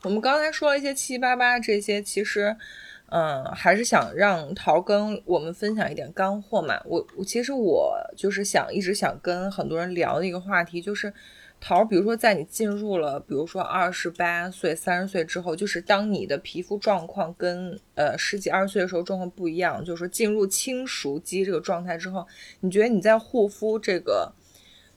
Speaker 2: 我们刚才说了一些七七八八这些，其实，嗯，还是想让桃跟我们分享一点干货嘛。我我其实我就是想一直想跟很多人聊的一个话题，就是桃，比如说在你进入了，比如说二十八岁、三十岁之后，就是当你的皮肤状况跟呃十几二十岁的时候状况不一样，就是进入轻熟肌这个状态之后，你觉得你在护肤这个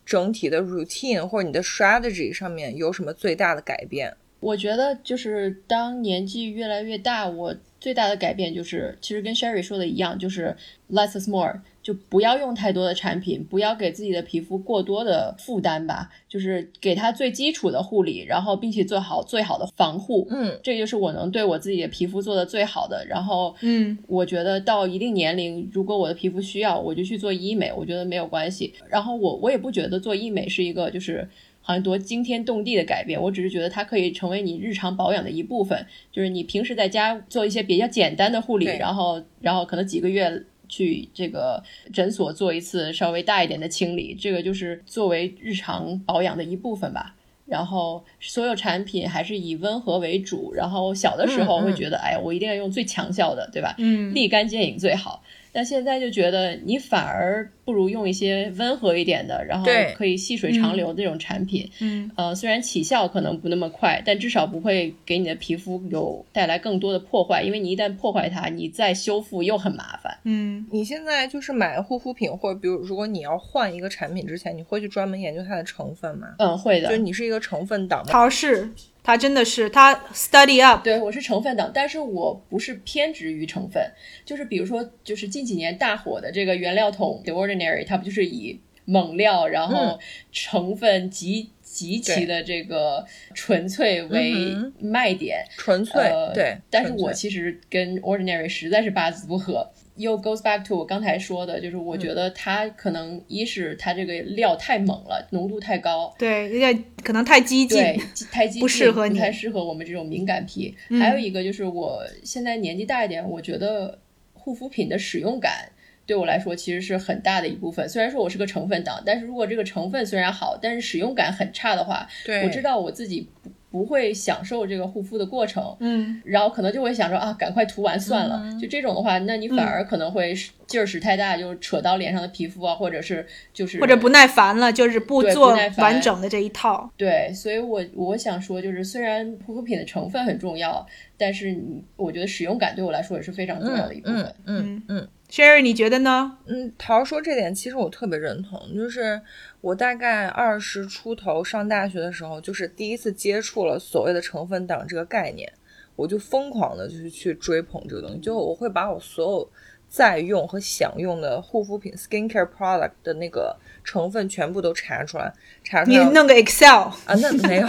Speaker 2: 整体的 routine 或者你的 strategy 上面有什么最大的改变？
Speaker 1: 我觉得就是当年纪越来越大，我最大的改变就是，其实跟 Sherry 说的一样，就是 less is more，就不要用太多的产品，不要给自己的皮肤过多的负担吧，就是给它最基础的护理，然后并且做好最好的防护。
Speaker 2: 嗯，
Speaker 1: 这就是我能对我自己的皮肤做的最好的。然后，
Speaker 4: 嗯，
Speaker 1: 我觉得到一定年龄，如果我的皮肤需要，我就去做医美，我觉得没有关系。然后我我也不觉得做医美是一个就是好像多惊天动地的改变，我只是觉得它可以成为你日常保养的一部分，就是你平时在家做一些比较简单的护理，
Speaker 2: 对
Speaker 1: 然后然后可能几个月。去这个诊所做一次稍微大一点的清理，这个就是作为日常保养的一部分吧。然后所有产品还是以温和为主。然后小的时候
Speaker 2: 嗯嗯
Speaker 1: 会觉得，哎呀，我一定要用最强效的，对吧？
Speaker 4: 嗯
Speaker 1: 立竿见影最好。但现在就觉得你反而不如用一些温和一点的，然后
Speaker 5: 对
Speaker 1: 可以细水长流的这种产品。
Speaker 4: 嗯，
Speaker 1: 呃，虽然起效可能不那么快，但至少不会给你的皮肤有带来更多的破坏，因为你一旦破坏它，你再修复又很麻烦。
Speaker 4: 嗯，
Speaker 2: 你现在就是买护肤品，或者比如如果你要换一个产品之前，你会去专门研究它的成分吗？
Speaker 1: 嗯，会
Speaker 2: 就是
Speaker 1: 的。
Speaker 2: 你是一个成分党吗？
Speaker 4: 桃是，他真的是他 study up，
Speaker 1: 对，我是成分党，但是我不是偏执于成分，就是比如说，就是近几年大火的这个原料桶 The Ordinary，它不就是以猛料，然后成分极极其
Speaker 2: 嗯对
Speaker 1: 的这个纯粹为
Speaker 2: 嗯
Speaker 1: 卖点，
Speaker 2: 纯粹、
Speaker 1: 呃、
Speaker 2: 对，
Speaker 1: 但是
Speaker 2: 纯粹
Speaker 1: 我其实跟 Ordinary 实在是八字不合。又 goes back to 我刚才说的，就是
Speaker 2: 嗯
Speaker 1: 我觉得它可能一是它这个料太猛了，浓度太高，
Speaker 4: 对，有点可能太激进，
Speaker 1: 对，激太激进，
Speaker 4: 不适合你
Speaker 1: 不太适合我们这种敏感皮。
Speaker 4: 嗯
Speaker 1: 还有一个就是我现在年纪大一点，我觉得护肤品的使用感。对我来说，其实是很大的一部分。虽然说我是个成分党，但是如果这个成分虽然好，但是使用感很差的话，
Speaker 2: 对
Speaker 1: 我知道我自己不不会享受这个护肤的过程。
Speaker 4: 嗯，
Speaker 1: 然后可能就会想说啊，赶快涂完算了。就这种的话，那你
Speaker 4: 嗯
Speaker 1: 反而可能会使劲儿使太大，就扯到脸上的皮肤啊，或者是就是
Speaker 4: 或者不耐烦了，就是不
Speaker 1: 对
Speaker 4: 做
Speaker 1: 不耐烦
Speaker 4: 完整的这一套。
Speaker 1: 对。所以我我想说，就是虽然护肤品的成分很重要，但是你我觉得使用感对我来说也是非常重要的一部分。
Speaker 2: 嗯嗯
Speaker 4: 嗯嗯，Sherry 你觉得呢？
Speaker 2: 嗯，桃儿说这点其实我特别认同，就是我大概二十出头上大学的时候，就是第一次接触了所谓的成分党这个概念，我就疯狂的就是去追捧这个东西，就我会把我所有在用和想用的护肤品 skincare product 的那个成分全部都查出来，查出
Speaker 4: 你
Speaker 2: 来
Speaker 4: 弄个 Excel，
Speaker 2: 啊，那没有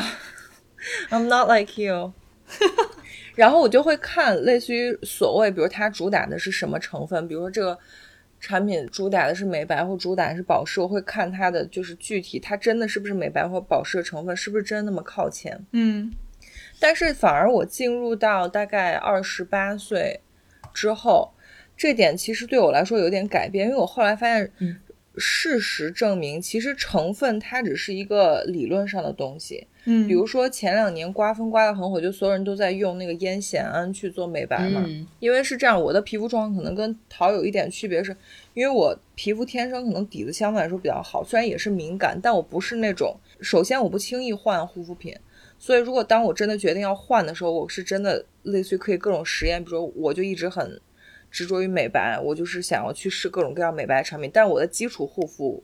Speaker 2: ，I'm not like you 。 *laughs* 然后我就会看类似于所谓，比如它主打的是什么成分，比如说这个产品主打的是美白或主打的是保湿，我会看它的就是具体它真的是不是美白或保湿的成分，是不是真的那么靠前。
Speaker 4: 嗯
Speaker 2: 但是反而我进入到大概二十八岁之后，这点其实对我来说有点改变，因为我后来发现，事实证明，其实成分它只是一个理论上的东西。
Speaker 4: 嗯，
Speaker 2: 比如说前两年刮风刮得很火，就所有人都在用那个烟酰胺去做美白嘛。
Speaker 1: 嗯
Speaker 2: 因为是这样，我的皮肤状况可能跟桃有一点区别是，因为我皮肤天生可能底子相对来说比较好，虽然也是敏感，但我不是那种首先我不轻易换护肤品，所以如果当我真的决定要换的时候，我是真的类似于可以各种实验，比如说我就一直很执着于美白，我就是想要去试各种各样美白产品，但我的基础护肤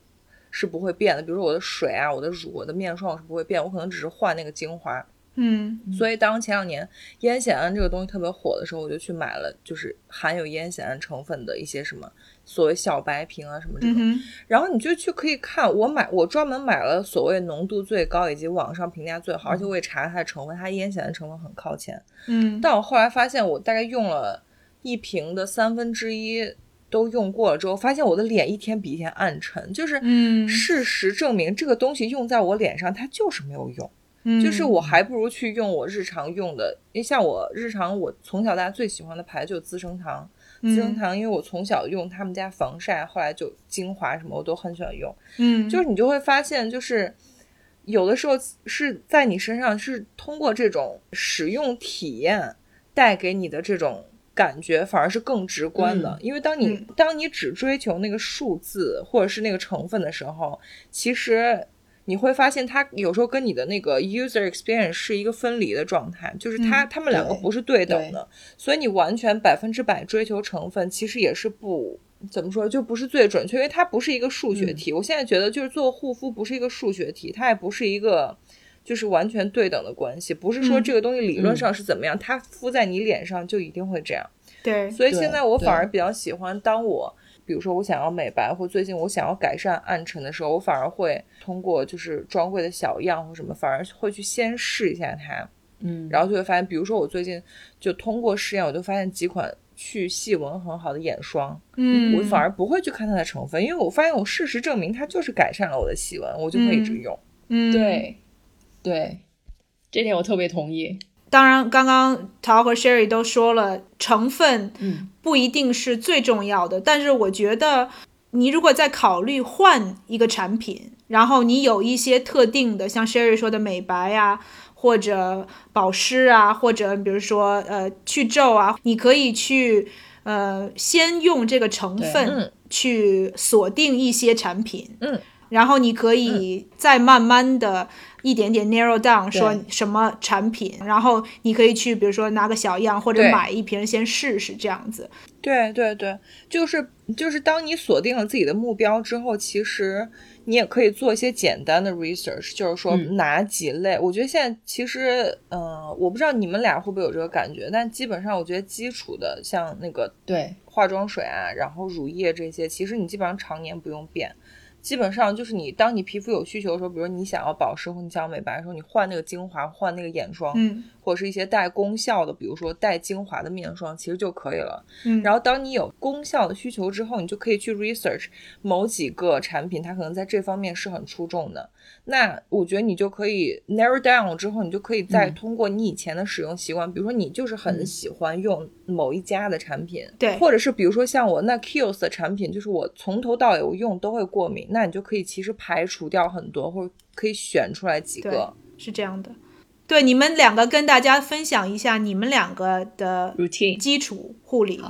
Speaker 2: 是不会变的，比如说我的水啊、我的乳、我的面霜是不会变，我可能只是换那个精华。
Speaker 4: 嗯
Speaker 2: 所以当前两年烟酰胺这个东西特别火的时候，我就去买了，就是含有烟酰胺成分的一些什么所谓小白瓶啊什么这
Speaker 4: 嗯
Speaker 2: 种。
Speaker 4: 哼
Speaker 2: 然后你就去可以看，我买我专门买了所谓浓度最高以及网上评价最好，而且我也查了它的成分，它烟酰胺成分很靠前。
Speaker 4: 嗯
Speaker 2: 但我后来发现，我大概用了一瓶的三分之一都用过了之后，发现我的脸一天比一天暗沉，就是
Speaker 4: 嗯
Speaker 2: 事实证明这个东西用在我脸上它就是没有用。
Speaker 4: 嗯，
Speaker 2: 就是我还不如去用我日常用的，因为像我日常我从小到大最喜欢的牌就是资生堂，资生堂因为我从小用他们家防晒，后来就精华什么我都很喜欢用，
Speaker 4: 嗯，嗯
Speaker 2: 就是你就会发现就是。有的时候是在你身上是通过这种使用体验带给你的这种感觉，反而是更直观的。因为当你、
Speaker 4: 嗯
Speaker 2: 当你只追求那个数字或者是那个成分的时候，其实你会发现它有时候跟你的那个 user experience 是一个分离的状态，就是
Speaker 4: 嗯
Speaker 2: 它、它们两个
Speaker 1: 对
Speaker 2: 不是对等的，所以你完全百分之百追求成分，其实也是不。怎么说就不是最准确，因为它不是一个数学题。我现在觉得就是做护肤不是一个数学题，它也不是一个就是完全对等的关系，不是说
Speaker 4: 嗯
Speaker 2: 这个东西理论上是怎么样，它敷在你脸上就一定会这样。
Speaker 4: 对，
Speaker 2: 所以
Speaker 1: 对
Speaker 2: 现在我
Speaker 1: 对
Speaker 2: 反而比较喜欢，当我比如说我想要美白，或最近我想要改善暗沉的时候，我反而会通过就是专柜的小样或什么，反而会去先试一下它，
Speaker 1: 嗯，
Speaker 2: 然后就会发现，比如说我最近就通过试验，我就发现几款去细纹很好的眼霜，
Speaker 4: 嗯，
Speaker 2: 我反而不会去看它的成分，因为我发现我事实证明它就是改善了我的细纹，我就会一直
Speaker 4: 嗯
Speaker 2: 用。
Speaker 4: 嗯，
Speaker 1: 对对，这点我特别同意。
Speaker 4: 当然，刚刚陶和 Sherry 都说了，成分
Speaker 1: 嗯
Speaker 4: 不一定是最重要的，但是我觉得你如果在考虑换一个产品，然后你有一些特定的，像 Sherry 说的美白呀、或者保湿啊，或者比如说呃去皱啊，你可以去呃先用这个成
Speaker 1: 对
Speaker 4: 分
Speaker 2: 嗯
Speaker 4: 去锁定一些产品，
Speaker 2: 嗯，
Speaker 4: 然后你可以再慢慢的一点点 narrow down，
Speaker 2: 对
Speaker 4: 说什么产品，然后你可以去比如说拿个小样或者
Speaker 2: 对
Speaker 4: 买一瓶先试试这样子，
Speaker 2: 对对对，就是就是，当你锁定了自己的目标之后，其实你也可以做一些简单的 research，就是说
Speaker 1: 嗯
Speaker 2: 哪几类。我觉得现在其实，呃，我不知道你们俩会不会有这个感觉，但基本上我觉得基础的像那个
Speaker 1: 对，
Speaker 2: 化妆水啊，然后乳液这些，其实你基本上常年不用变。基本上就是你，当你皮肤有需求的时候，比如你想要保湿或你想要美白的时候，你换那个精华，换那个眼霜，
Speaker 4: 嗯
Speaker 2: 或者是一些带功效的，比如说带精华的面霜，其实就可以了。
Speaker 4: 嗯，
Speaker 2: 然
Speaker 4: 后
Speaker 2: 后当你有功效的需求之后，你就可以去 research 某几个产品，它可能在这方面是很出众的。那我觉得你就可以 narrow down 之后，你就可以再
Speaker 1: 嗯
Speaker 2: 通过你以前的使用习惯，比如说你就是很
Speaker 1: 嗯
Speaker 2: 喜欢用某一家的产品，
Speaker 4: 对
Speaker 2: 或者是比如说像我那 Kiehl's 的产品，就是我从头到尾我用都会过敏，那你就可以其实排除掉很多，或者可以选出来几
Speaker 4: 对
Speaker 2: 个。
Speaker 4: 是这样的，对你们两个跟大家分享一下你们两个的
Speaker 1: routine
Speaker 4: 基础护理，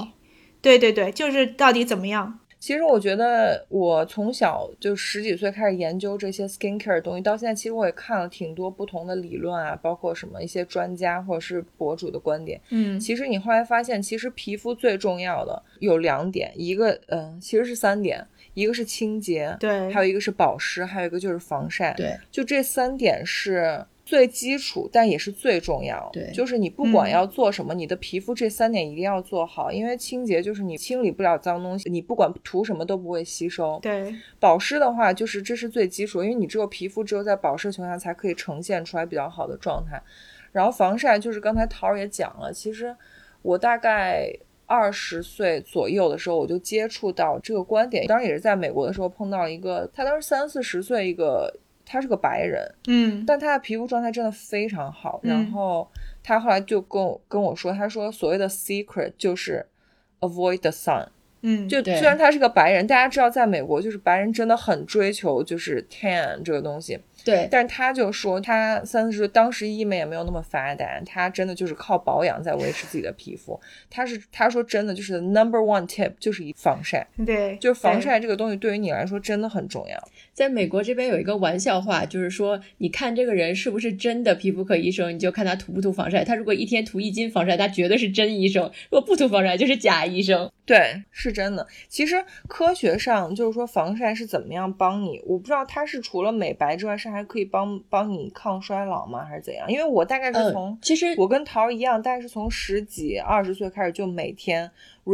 Speaker 4: 对对对，就是到底怎么样，
Speaker 2: 其实我觉得，我从小就十几岁开始研究这些 skincare 的东西，到现在其实我也看了挺多不同的理论啊，包括什么一些专家或者是博主的观点。
Speaker 4: 嗯
Speaker 2: 其实你后来发现，其实皮肤最重要的有两点，一个嗯、呃其实是三点，一个是清洁，
Speaker 4: 对
Speaker 2: 还有一个是保湿，还有一个就是防晒。
Speaker 1: 对，
Speaker 2: 就这三点是最基础，但也是最重要。
Speaker 1: 对
Speaker 2: 就是你不管
Speaker 4: 嗯
Speaker 2: 要做什么，你的皮肤这三点一定要做好，因为清洁就是你清理不了脏东西，你不管涂什么都不会吸收。
Speaker 4: 对
Speaker 2: 保湿的话，就是这是最基础，因为你只有皮肤只有在保湿的情况下才可以呈现出来比较好的状态。然后防晒就是刚才桃儿也讲了，其实我大概二十岁左右的时候，我就接触到这个观点，当然也是在美国的时候碰到一个，他当时三四十岁一个。他是个白人，
Speaker 4: 嗯
Speaker 2: 但他的皮肤状态真的非常好。
Speaker 4: 嗯
Speaker 2: 然后他后来就跟我跟我说，他说所谓的 secret 就是 avoid the sun，
Speaker 4: 嗯
Speaker 2: 就
Speaker 1: 对
Speaker 2: 虽然他是个白人，大家知道在美国就是白人真的很追求就是 tan 这个东西，
Speaker 1: 对
Speaker 2: 但是他就说他三十岁当时医美也没有那么发达，他真的就是靠保养在维持自己的皮肤。他是他说真的就是 number one tip 就是一防晒，
Speaker 4: 对，
Speaker 2: 就是防
Speaker 4: 对
Speaker 2: 晒这个东西对于你来说真的很重要。
Speaker 1: 在美国这边有一个玩笑话，就是说，你看这个人是不是真的皮肤科医生，你就看他涂不涂防晒。他如果一天涂一斤防晒，他绝对是真医生；如果不涂防晒，就是假医生。
Speaker 2: 对，是真的。其实科学上就是说防晒是怎么样帮你，我不知道它是除了美白之外，是还可以帮帮你抗衰老吗，还是怎样？因为我大概是从、
Speaker 1: 嗯，其实
Speaker 2: 我跟桃儿一样，大概是从十几、二十岁开始就每天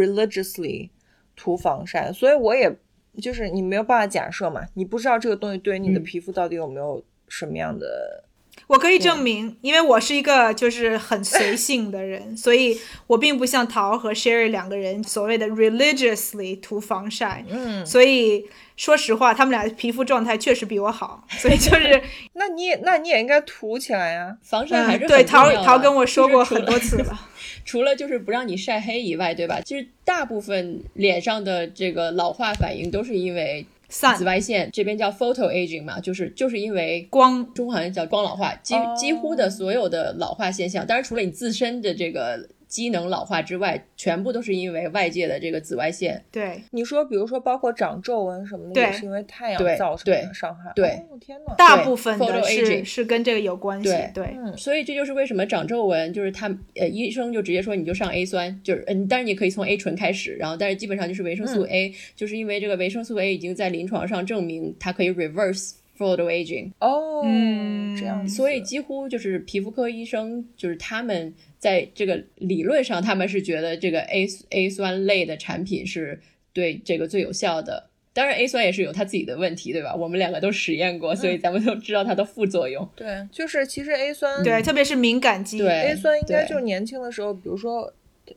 Speaker 2: religiously 涂防晒，所以我也就是你没有办法假设嘛，你不知道这个东西对于你的
Speaker 1: 嗯
Speaker 2: 皮肤到底有没有什么样的。
Speaker 4: 我可以证明，因为我是一个就是很随性
Speaker 1: *laughs*
Speaker 4: 的人，所以我并不像桃和 Sherry 两个人所谓的 religiously 涂防晒。
Speaker 2: 嗯，
Speaker 4: 所以说实话，他们俩的皮肤状态确实比
Speaker 1: *laughs*
Speaker 4: 我好，所以就是
Speaker 2: 那你也那你也应该涂起来啊。
Speaker 1: 防晒还是、
Speaker 4: 嗯
Speaker 1: 很
Speaker 4: 对
Speaker 1: 重
Speaker 4: 桃
Speaker 1: 要的
Speaker 4: 桃跟我说过
Speaker 1: 就是除
Speaker 4: 很
Speaker 1: 了
Speaker 4: 多次
Speaker 1: *laughs*
Speaker 4: 了。
Speaker 1: 除了就是不让你晒黑以外，对吧？就是大部分脸上的这个老化反应都是因为
Speaker 4: 散
Speaker 1: 紫外线，这边叫 photo aging 嘛，就是就是因为
Speaker 4: 光
Speaker 1: 中国好像叫光老化，几
Speaker 2: 哦
Speaker 1: 几乎的所有的老化现象，当然除了你自身的这个机能老化之外，全部都是因为外界的这个紫外线。
Speaker 4: 对，
Speaker 2: 你说，比如说包括长皱纹什么的，
Speaker 4: 对
Speaker 2: 也是因为太阳
Speaker 1: 对
Speaker 2: 造成的
Speaker 1: 对
Speaker 2: 伤害。
Speaker 1: 对
Speaker 2: 哦，天哪！
Speaker 4: 大部分的
Speaker 1: photo
Speaker 4: 是
Speaker 1: aging
Speaker 4: 是跟这个有关系。
Speaker 1: 对
Speaker 4: 对
Speaker 2: 嗯，
Speaker 1: 所以这就是为什么长皱纹，就是他呃医生就直接说你就上 A 酸，就是嗯，当然你可以从 A 醇开始，然后但是基本上就是维生素
Speaker 2: 嗯
Speaker 1: A，、就是因为这个维生素 A 已经在临床上证明它可以 reverse photo aging，
Speaker 2: 哦，
Speaker 4: 嗯
Speaker 2: 这样子。
Speaker 1: 所以几乎就是皮肤科医生，就是他们在这个理论上，他们是觉得这个 A A 酸类的产品是对这个最有效的。当然，A 酸也是有它自己的问题，对吧？我们两个都实验过，
Speaker 2: 嗯
Speaker 1: 所以咱们都知道它的副作用。
Speaker 2: 对，就是其实 A 酸
Speaker 4: 对，特别是敏感肌。
Speaker 1: 对
Speaker 2: A 酸应该
Speaker 1: 对
Speaker 2: 就是年轻的时候，比如说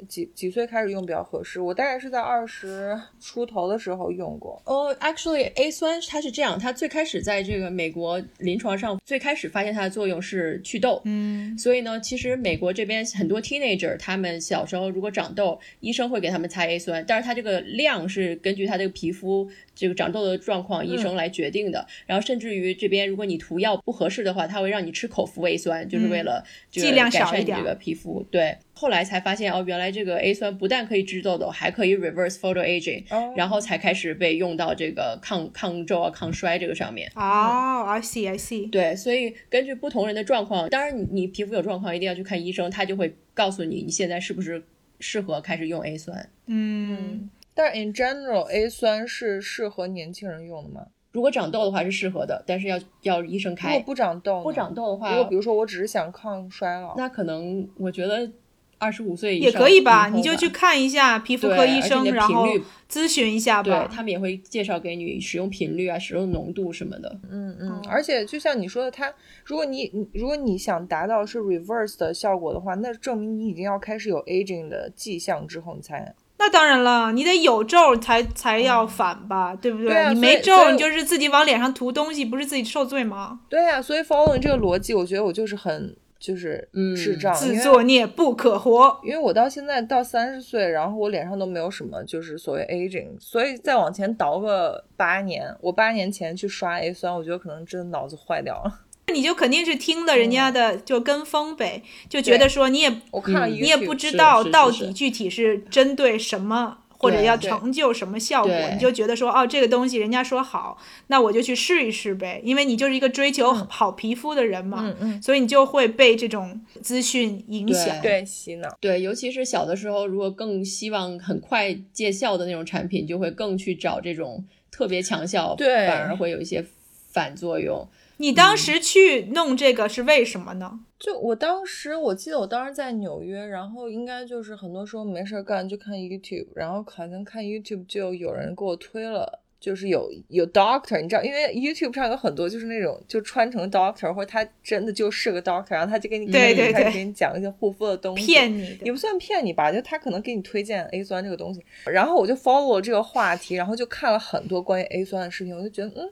Speaker 2: 几几岁开始用比较合适。我大概是在二十出头的时候用过。
Speaker 1: 哦、a c t u a l l y A 酸它是这样，它最开始在这个美国临床上最开始发现它的作用是祛痘，
Speaker 4: 嗯，
Speaker 1: 所以呢，其实美国这边很多 teenager 他们小时候如果长痘，医生会给他们擦 A 酸，但是它这个量是根据他这个皮肤这个长痘的状况，
Speaker 4: 嗯
Speaker 1: 医生来决定的。然后甚至于这边如果你涂药不合适的话，他会让你吃口服 A 酸，就是为了这个
Speaker 4: 嗯剂量
Speaker 1: 改
Speaker 4: 少
Speaker 1: 善
Speaker 4: 一
Speaker 1: 你
Speaker 4: 点
Speaker 1: 这个皮肤。对，后来才发现哦，原来这个 A 酸不但可以治痘痘，还可以 reverse photo aging，、
Speaker 2: 哦
Speaker 1: 然后才开始被用到这个抗抗皱啊、抗衰这个上面。
Speaker 4: 哦、i see I see，
Speaker 1: 嗯对，所以根据不同人的状况，当然你你皮肤有状况，一定要去看医生，他就会告诉你你现在是不是适合开始用 A 酸。
Speaker 4: 嗯，
Speaker 2: 但是 in general A 酸是适合年轻人用的吗？
Speaker 1: 如果长痘的话是适合的，但是要要医生
Speaker 2: 如果
Speaker 1: 开。
Speaker 2: 不长痘呢，
Speaker 1: 不长痘的话
Speaker 2: 如，果比如说我只是想抗衰老，
Speaker 1: 那可能我觉得二十五岁以
Speaker 4: 也
Speaker 1: 上
Speaker 4: 可以吧，
Speaker 1: 后
Speaker 4: 你就去看一下皮肤
Speaker 1: 对
Speaker 4: 科医
Speaker 1: 而且
Speaker 4: 生，
Speaker 1: 你的
Speaker 4: 然
Speaker 1: 频
Speaker 4: 后
Speaker 1: 率
Speaker 4: 咨询一下
Speaker 1: 对
Speaker 4: 吧。
Speaker 1: 他们也会介绍给你使用频率啊、使用浓度什么的。
Speaker 2: 嗯嗯
Speaker 4: 哦，
Speaker 2: 而且就像你说的，它如果你你如果你想达到是 reverse 的效果的话，那证明你已经要开始有 aging 的迹象之后，你才
Speaker 4: 那当然了，你得有皱才才要反吧，对不对？
Speaker 2: 对啊
Speaker 4: 你
Speaker 2: 所以
Speaker 4: 没
Speaker 2: 所
Speaker 4: 皱，
Speaker 2: 以
Speaker 4: 你就是自己往脸上涂东西，不是自己受罪吗？
Speaker 2: 对呀、所以 following 这个逻辑，我觉得我就是很就是
Speaker 1: 嗯
Speaker 2: 智障，
Speaker 4: 自
Speaker 2: 因为
Speaker 4: 作孽不可活。
Speaker 2: 因为我到现在到三十岁，然后我脸上都没有什么就是所谓 aging，所以再往前倒个八年，我八年前去刷 A 酸，我觉得可能真的脑子坏掉了。
Speaker 4: 你就肯定是听了人家的，就跟风呗，就觉得说你也
Speaker 2: 我看了
Speaker 1: 嗯
Speaker 2: 一个、
Speaker 4: 你也不知道
Speaker 1: 是是
Speaker 4: 到
Speaker 1: 是
Speaker 4: 底具体是针对什么，或者
Speaker 1: 对
Speaker 4: 要
Speaker 2: 对
Speaker 4: 成就什么效果，
Speaker 1: 对
Speaker 4: 你就觉得说哦，这个东西人家说好，那我就去试一试呗，因为你就是一个追求好皮肤的人嘛，
Speaker 2: 嗯嗯，
Speaker 4: 所以你就会被这种资讯影响。
Speaker 2: 对，洗脑。
Speaker 1: 对，尤其是小的时候，如果更希望很快见效的那种产品，就会更去找这种特别强效，
Speaker 2: 对
Speaker 1: 反而会有一些反作用。
Speaker 4: 你当时去弄这个是为什么呢？
Speaker 2: 就我当时，我记得我当时在纽约，然后应该就是很多时候没事儿干就看 YouTube，然后好像看 YouTube 就有人给我推了，就是有有 Doctor，你知道，因为 YouTube 上有很多就是那种就穿成 Doctor，或者他真的就是个 Doctor，然后他就给你
Speaker 4: 对对
Speaker 2: 开始
Speaker 4: 对
Speaker 2: 给你讲一些护肤的东西，
Speaker 4: 骗你的
Speaker 2: 也。不算骗你吧，就他可能给你推荐 A 酸这个东西，然后我就 follow 了这个话题，然后就看了很多关于 A 酸的视频，我就觉得嗯，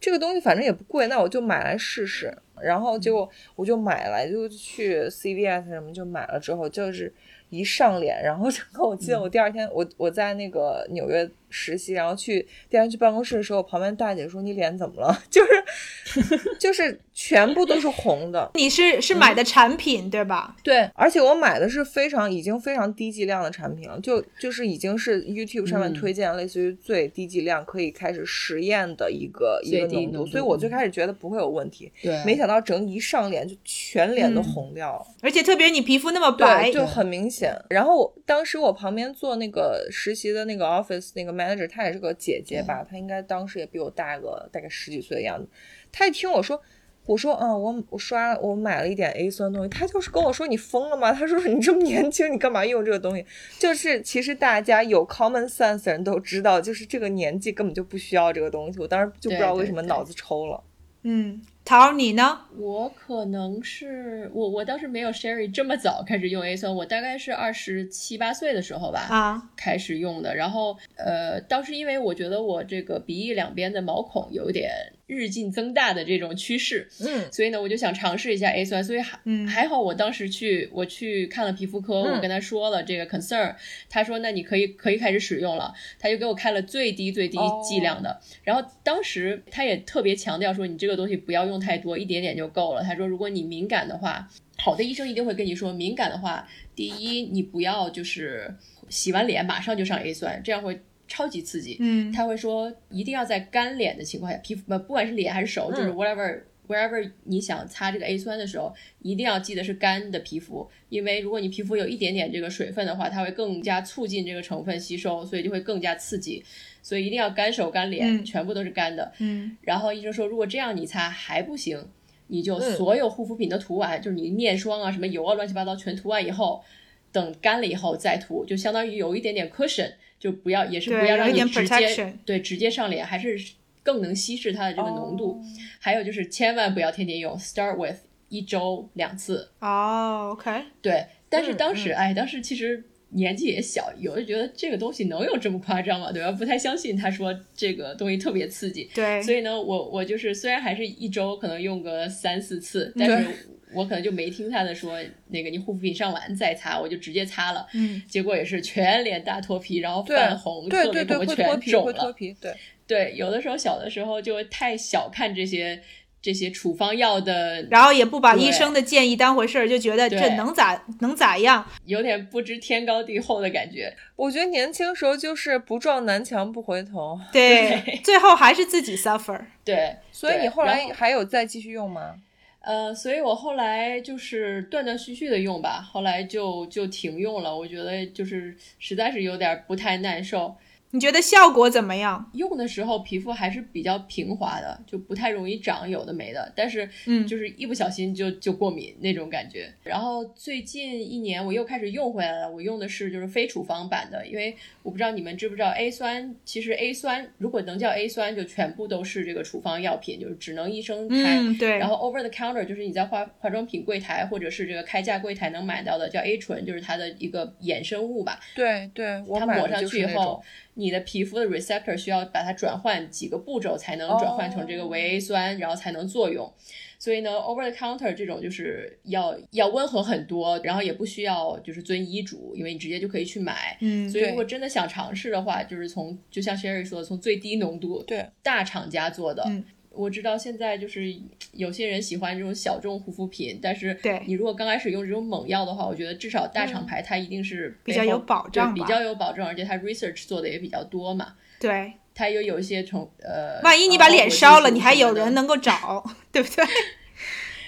Speaker 2: 这个东西反正也不贵，那我就买来试试。然后
Speaker 4: 嗯
Speaker 2: 结果我就买来，就去 CVS 什么就买了之后，就是一上脸，然后整个我记得我
Speaker 4: 嗯
Speaker 2: 第二天我我在那个纽约实习，然后去第二天去办公室的时候，旁边大姐说你脸怎么了？ *laughs* 就是就是全部都是红的，
Speaker 4: 你是是买的产品、对吧？
Speaker 2: 对，而且我买的是非常已经非常低剂量的产品了，就就是已经是 YouTube 上面
Speaker 1: 嗯
Speaker 2: 推荐类似于最低剂量可以开始实验的一个一
Speaker 1: 最
Speaker 2: 个
Speaker 1: 低
Speaker 2: 浓
Speaker 1: 浓
Speaker 2: 度，所以
Speaker 1: 度嗯
Speaker 2: 我最开始觉得不会有问题，
Speaker 1: 对，
Speaker 2: 没想到整一上脸就全脸都
Speaker 4: 嗯
Speaker 2: 红掉了。
Speaker 4: 而且特别你皮肤那么白
Speaker 2: 对，，就很明显。然后我当时我旁边做那个实习的那个 office 那个 manager，她也是个姐姐
Speaker 1: 嗯
Speaker 2: 吧，她应该当时也比我大个大概十几岁的样子。她一听我说。我说，嗯，我我刷我买了一点 A 酸东西，她就是跟我说你疯了吗？她说你这么年轻，你干嘛用这个东西？就是其实大家有 common sense 的人都知道，就是这个年纪根本就不需要这个东西。我当时就不知道
Speaker 1: 对对
Speaker 2: 为什么
Speaker 1: 对
Speaker 2: 脑子抽了。
Speaker 4: 嗯，桃儿你呢？
Speaker 1: 我可能是我我倒是没有 Sherry 这么早开始用 A 酸，我大概是二十七八岁的时候吧。
Speaker 4: 啊，
Speaker 1: 开始用的，然后呃，倒是因为我觉得我这个鼻翼两边的毛孔有一点日进增大的这种趋势，
Speaker 2: 嗯，
Speaker 1: 所以呢，我就想尝试一下 A 酸，所以还、
Speaker 4: 嗯
Speaker 1: 还好，我当时去我去看了皮肤科，
Speaker 2: 嗯
Speaker 1: 我跟他说了这个 concern，他说那你可以可以开始使用了，他就给我开了最低最低
Speaker 2: 哦
Speaker 1: 剂量的，然后当时他也特别强调说你这个东西不要用太多，一点点就够了。他说如果你敏感的话，好的医生一定会跟你说，敏感的话，第一你不要就是洗完脸马上就上 A 酸，这样会超级刺激，
Speaker 4: 嗯，
Speaker 1: 他会说一定要在干脸的情况下，皮肤不呃不管是脸还是手，
Speaker 4: 嗯
Speaker 1: 就是 whatever wherever 你想擦这个 A 酸的时候，一定要记得是干的皮肤，因为如果你皮肤有一点点这个水分的话，它会更加促进这个成分吸收，所以就会更加刺激，所以一定要干手干脸，
Speaker 4: 嗯
Speaker 1: 全部都是干的。
Speaker 4: 嗯
Speaker 1: 然后医生说，如果这样你擦还不行，你就
Speaker 2: 嗯
Speaker 1: 所有护肤品的涂完，就是你面霜啊、什么油啊、乱七八糟全涂完以后，等干了以后再涂，就相当于有一点点 cushion，就不要也是不
Speaker 4: 对
Speaker 1: 要
Speaker 4: 有
Speaker 1: 让
Speaker 4: 一
Speaker 1: 你
Speaker 4: 点
Speaker 1: 直
Speaker 4: protection
Speaker 1: 接对直接上脸，还是更能稀释它的这个浓度。
Speaker 2: 哦
Speaker 1: 还有就是千万不要天天用，start with 一周两次，
Speaker 4: 哦，OK，
Speaker 1: 对，但是
Speaker 2: 嗯
Speaker 1: 当时，哎，当时其实年纪也小，有的觉得这个东西能有这么夸张吗？对吧？不太相信他说这个东西特别刺激。
Speaker 4: 对
Speaker 1: 所以呢，我我就是虽然还是一周可能用个三四次，但是我可能就没听他的说那个你护肤品上完再擦，我就直接擦了。
Speaker 4: 嗯，
Speaker 1: 结果也是全脸大脱皮，然后
Speaker 2: 对
Speaker 1: 泛红，
Speaker 2: 对
Speaker 1: 侧
Speaker 2: 对
Speaker 1: 面
Speaker 2: 对，
Speaker 1: 孔
Speaker 2: 会
Speaker 1: 全
Speaker 2: 脱皮，
Speaker 1: 肿
Speaker 2: 会
Speaker 1: 了
Speaker 2: 脱。皮，对。
Speaker 1: 对，有的时候小的时候就会太小看这些这些处方药的，
Speaker 4: 然后也不把
Speaker 1: 对
Speaker 4: 医生的建议当回事儿，就觉得
Speaker 1: 对
Speaker 4: 这能咋能咋样？
Speaker 1: 有点不知天高地厚的感觉。
Speaker 2: 我觉得年轻时候就是不撞南墙不回头，
Speaker 4: 对，最后还是自己 suffer。
Speaker 1: 对，
Speaker 2: 所以
Speaker 1: 对
Speaker 2: 你后
Speaker 1: 然
Speaker 2: 来
Speaker 1: 后
Speaker 2: 还有再继续用吗？
Speaker 1: 呃，所以我后来就是断断续续的用吧，后来就就停用了。我觉得就是实在是有点不太耐受，
Speaker 4: 你觉得效果怎么样？
Speaker 1: 用的时候皮肤还是比较平滑的，就不太容易长有的没的，但是
Speaker 4: 嗯
Speaker 1: 就是一不小心就就过敏那种感觉。然后最近一年我又开始用回来了，我用的是就是非处方版的，因为我不知道你们知不知道 A 酸，其实 A 酸如果能叫 A 酸，就全部都是这个处方药品，就是只能医生开。
Speaker 4: 嗯，对，
Speaker 1: 然后 over the counter 就是你在化化妆品柜台或者是这个开价柜台能买到的叫 A 醇，就是它的一个衍生物吧。
Speaker 2: 对对，我
Speaker 1: 它
Speaker 2: 买
Speaker 1: 抹
Speaker 2: 的
Speaker 1: 上
Speaker 2: 就是
Speaker 1: 去以
Speaker 2: 那种
Speaker 1: 后，，你的皮肤的 receptor 需要把它转换几个步骤才能转换成这
Speaker 2: 哦
Speaker 1: 个维 A 酸，然后才能作用。所以呢，over the counter 这种就是要要温和很多，然后也不需要就是遵医嘱，因为你直接就可以去买。
Speaker 4: 嗯，
Speaker 1: 所以
Speaker 2: 对
Speaker 1: 如果真的想尝试的话，就是从就像 Sherry 说的，从最低浓度，
Speaker 2: 对
Speaker 1: 大厂家做的。
Speaker 4: 嗯
Speaker 1: 我知道现在就是有些人喜欢这种小众护肤品，但是
Speaker 4: 对嗯
Speaker 1: 你如果刚开始用这种猛药的话，我觉得至少大厂牌它一定是
Speaker 4: 比较
Speaker 1: 背后
Speaker 4: 有保障
Speaker 1: 对
Speaker 4: 吧
Speaker 1: 比较有保障，而且它 research 做的也比较多嘛。
Speaker 4: 对，
Speaker 1: 它也有一些从呃，
Speaker 4: 万一你
Speaker 1: 呃
Speaker 4: 把脸烧了，你还有人。能够找，对不对？ *laughs*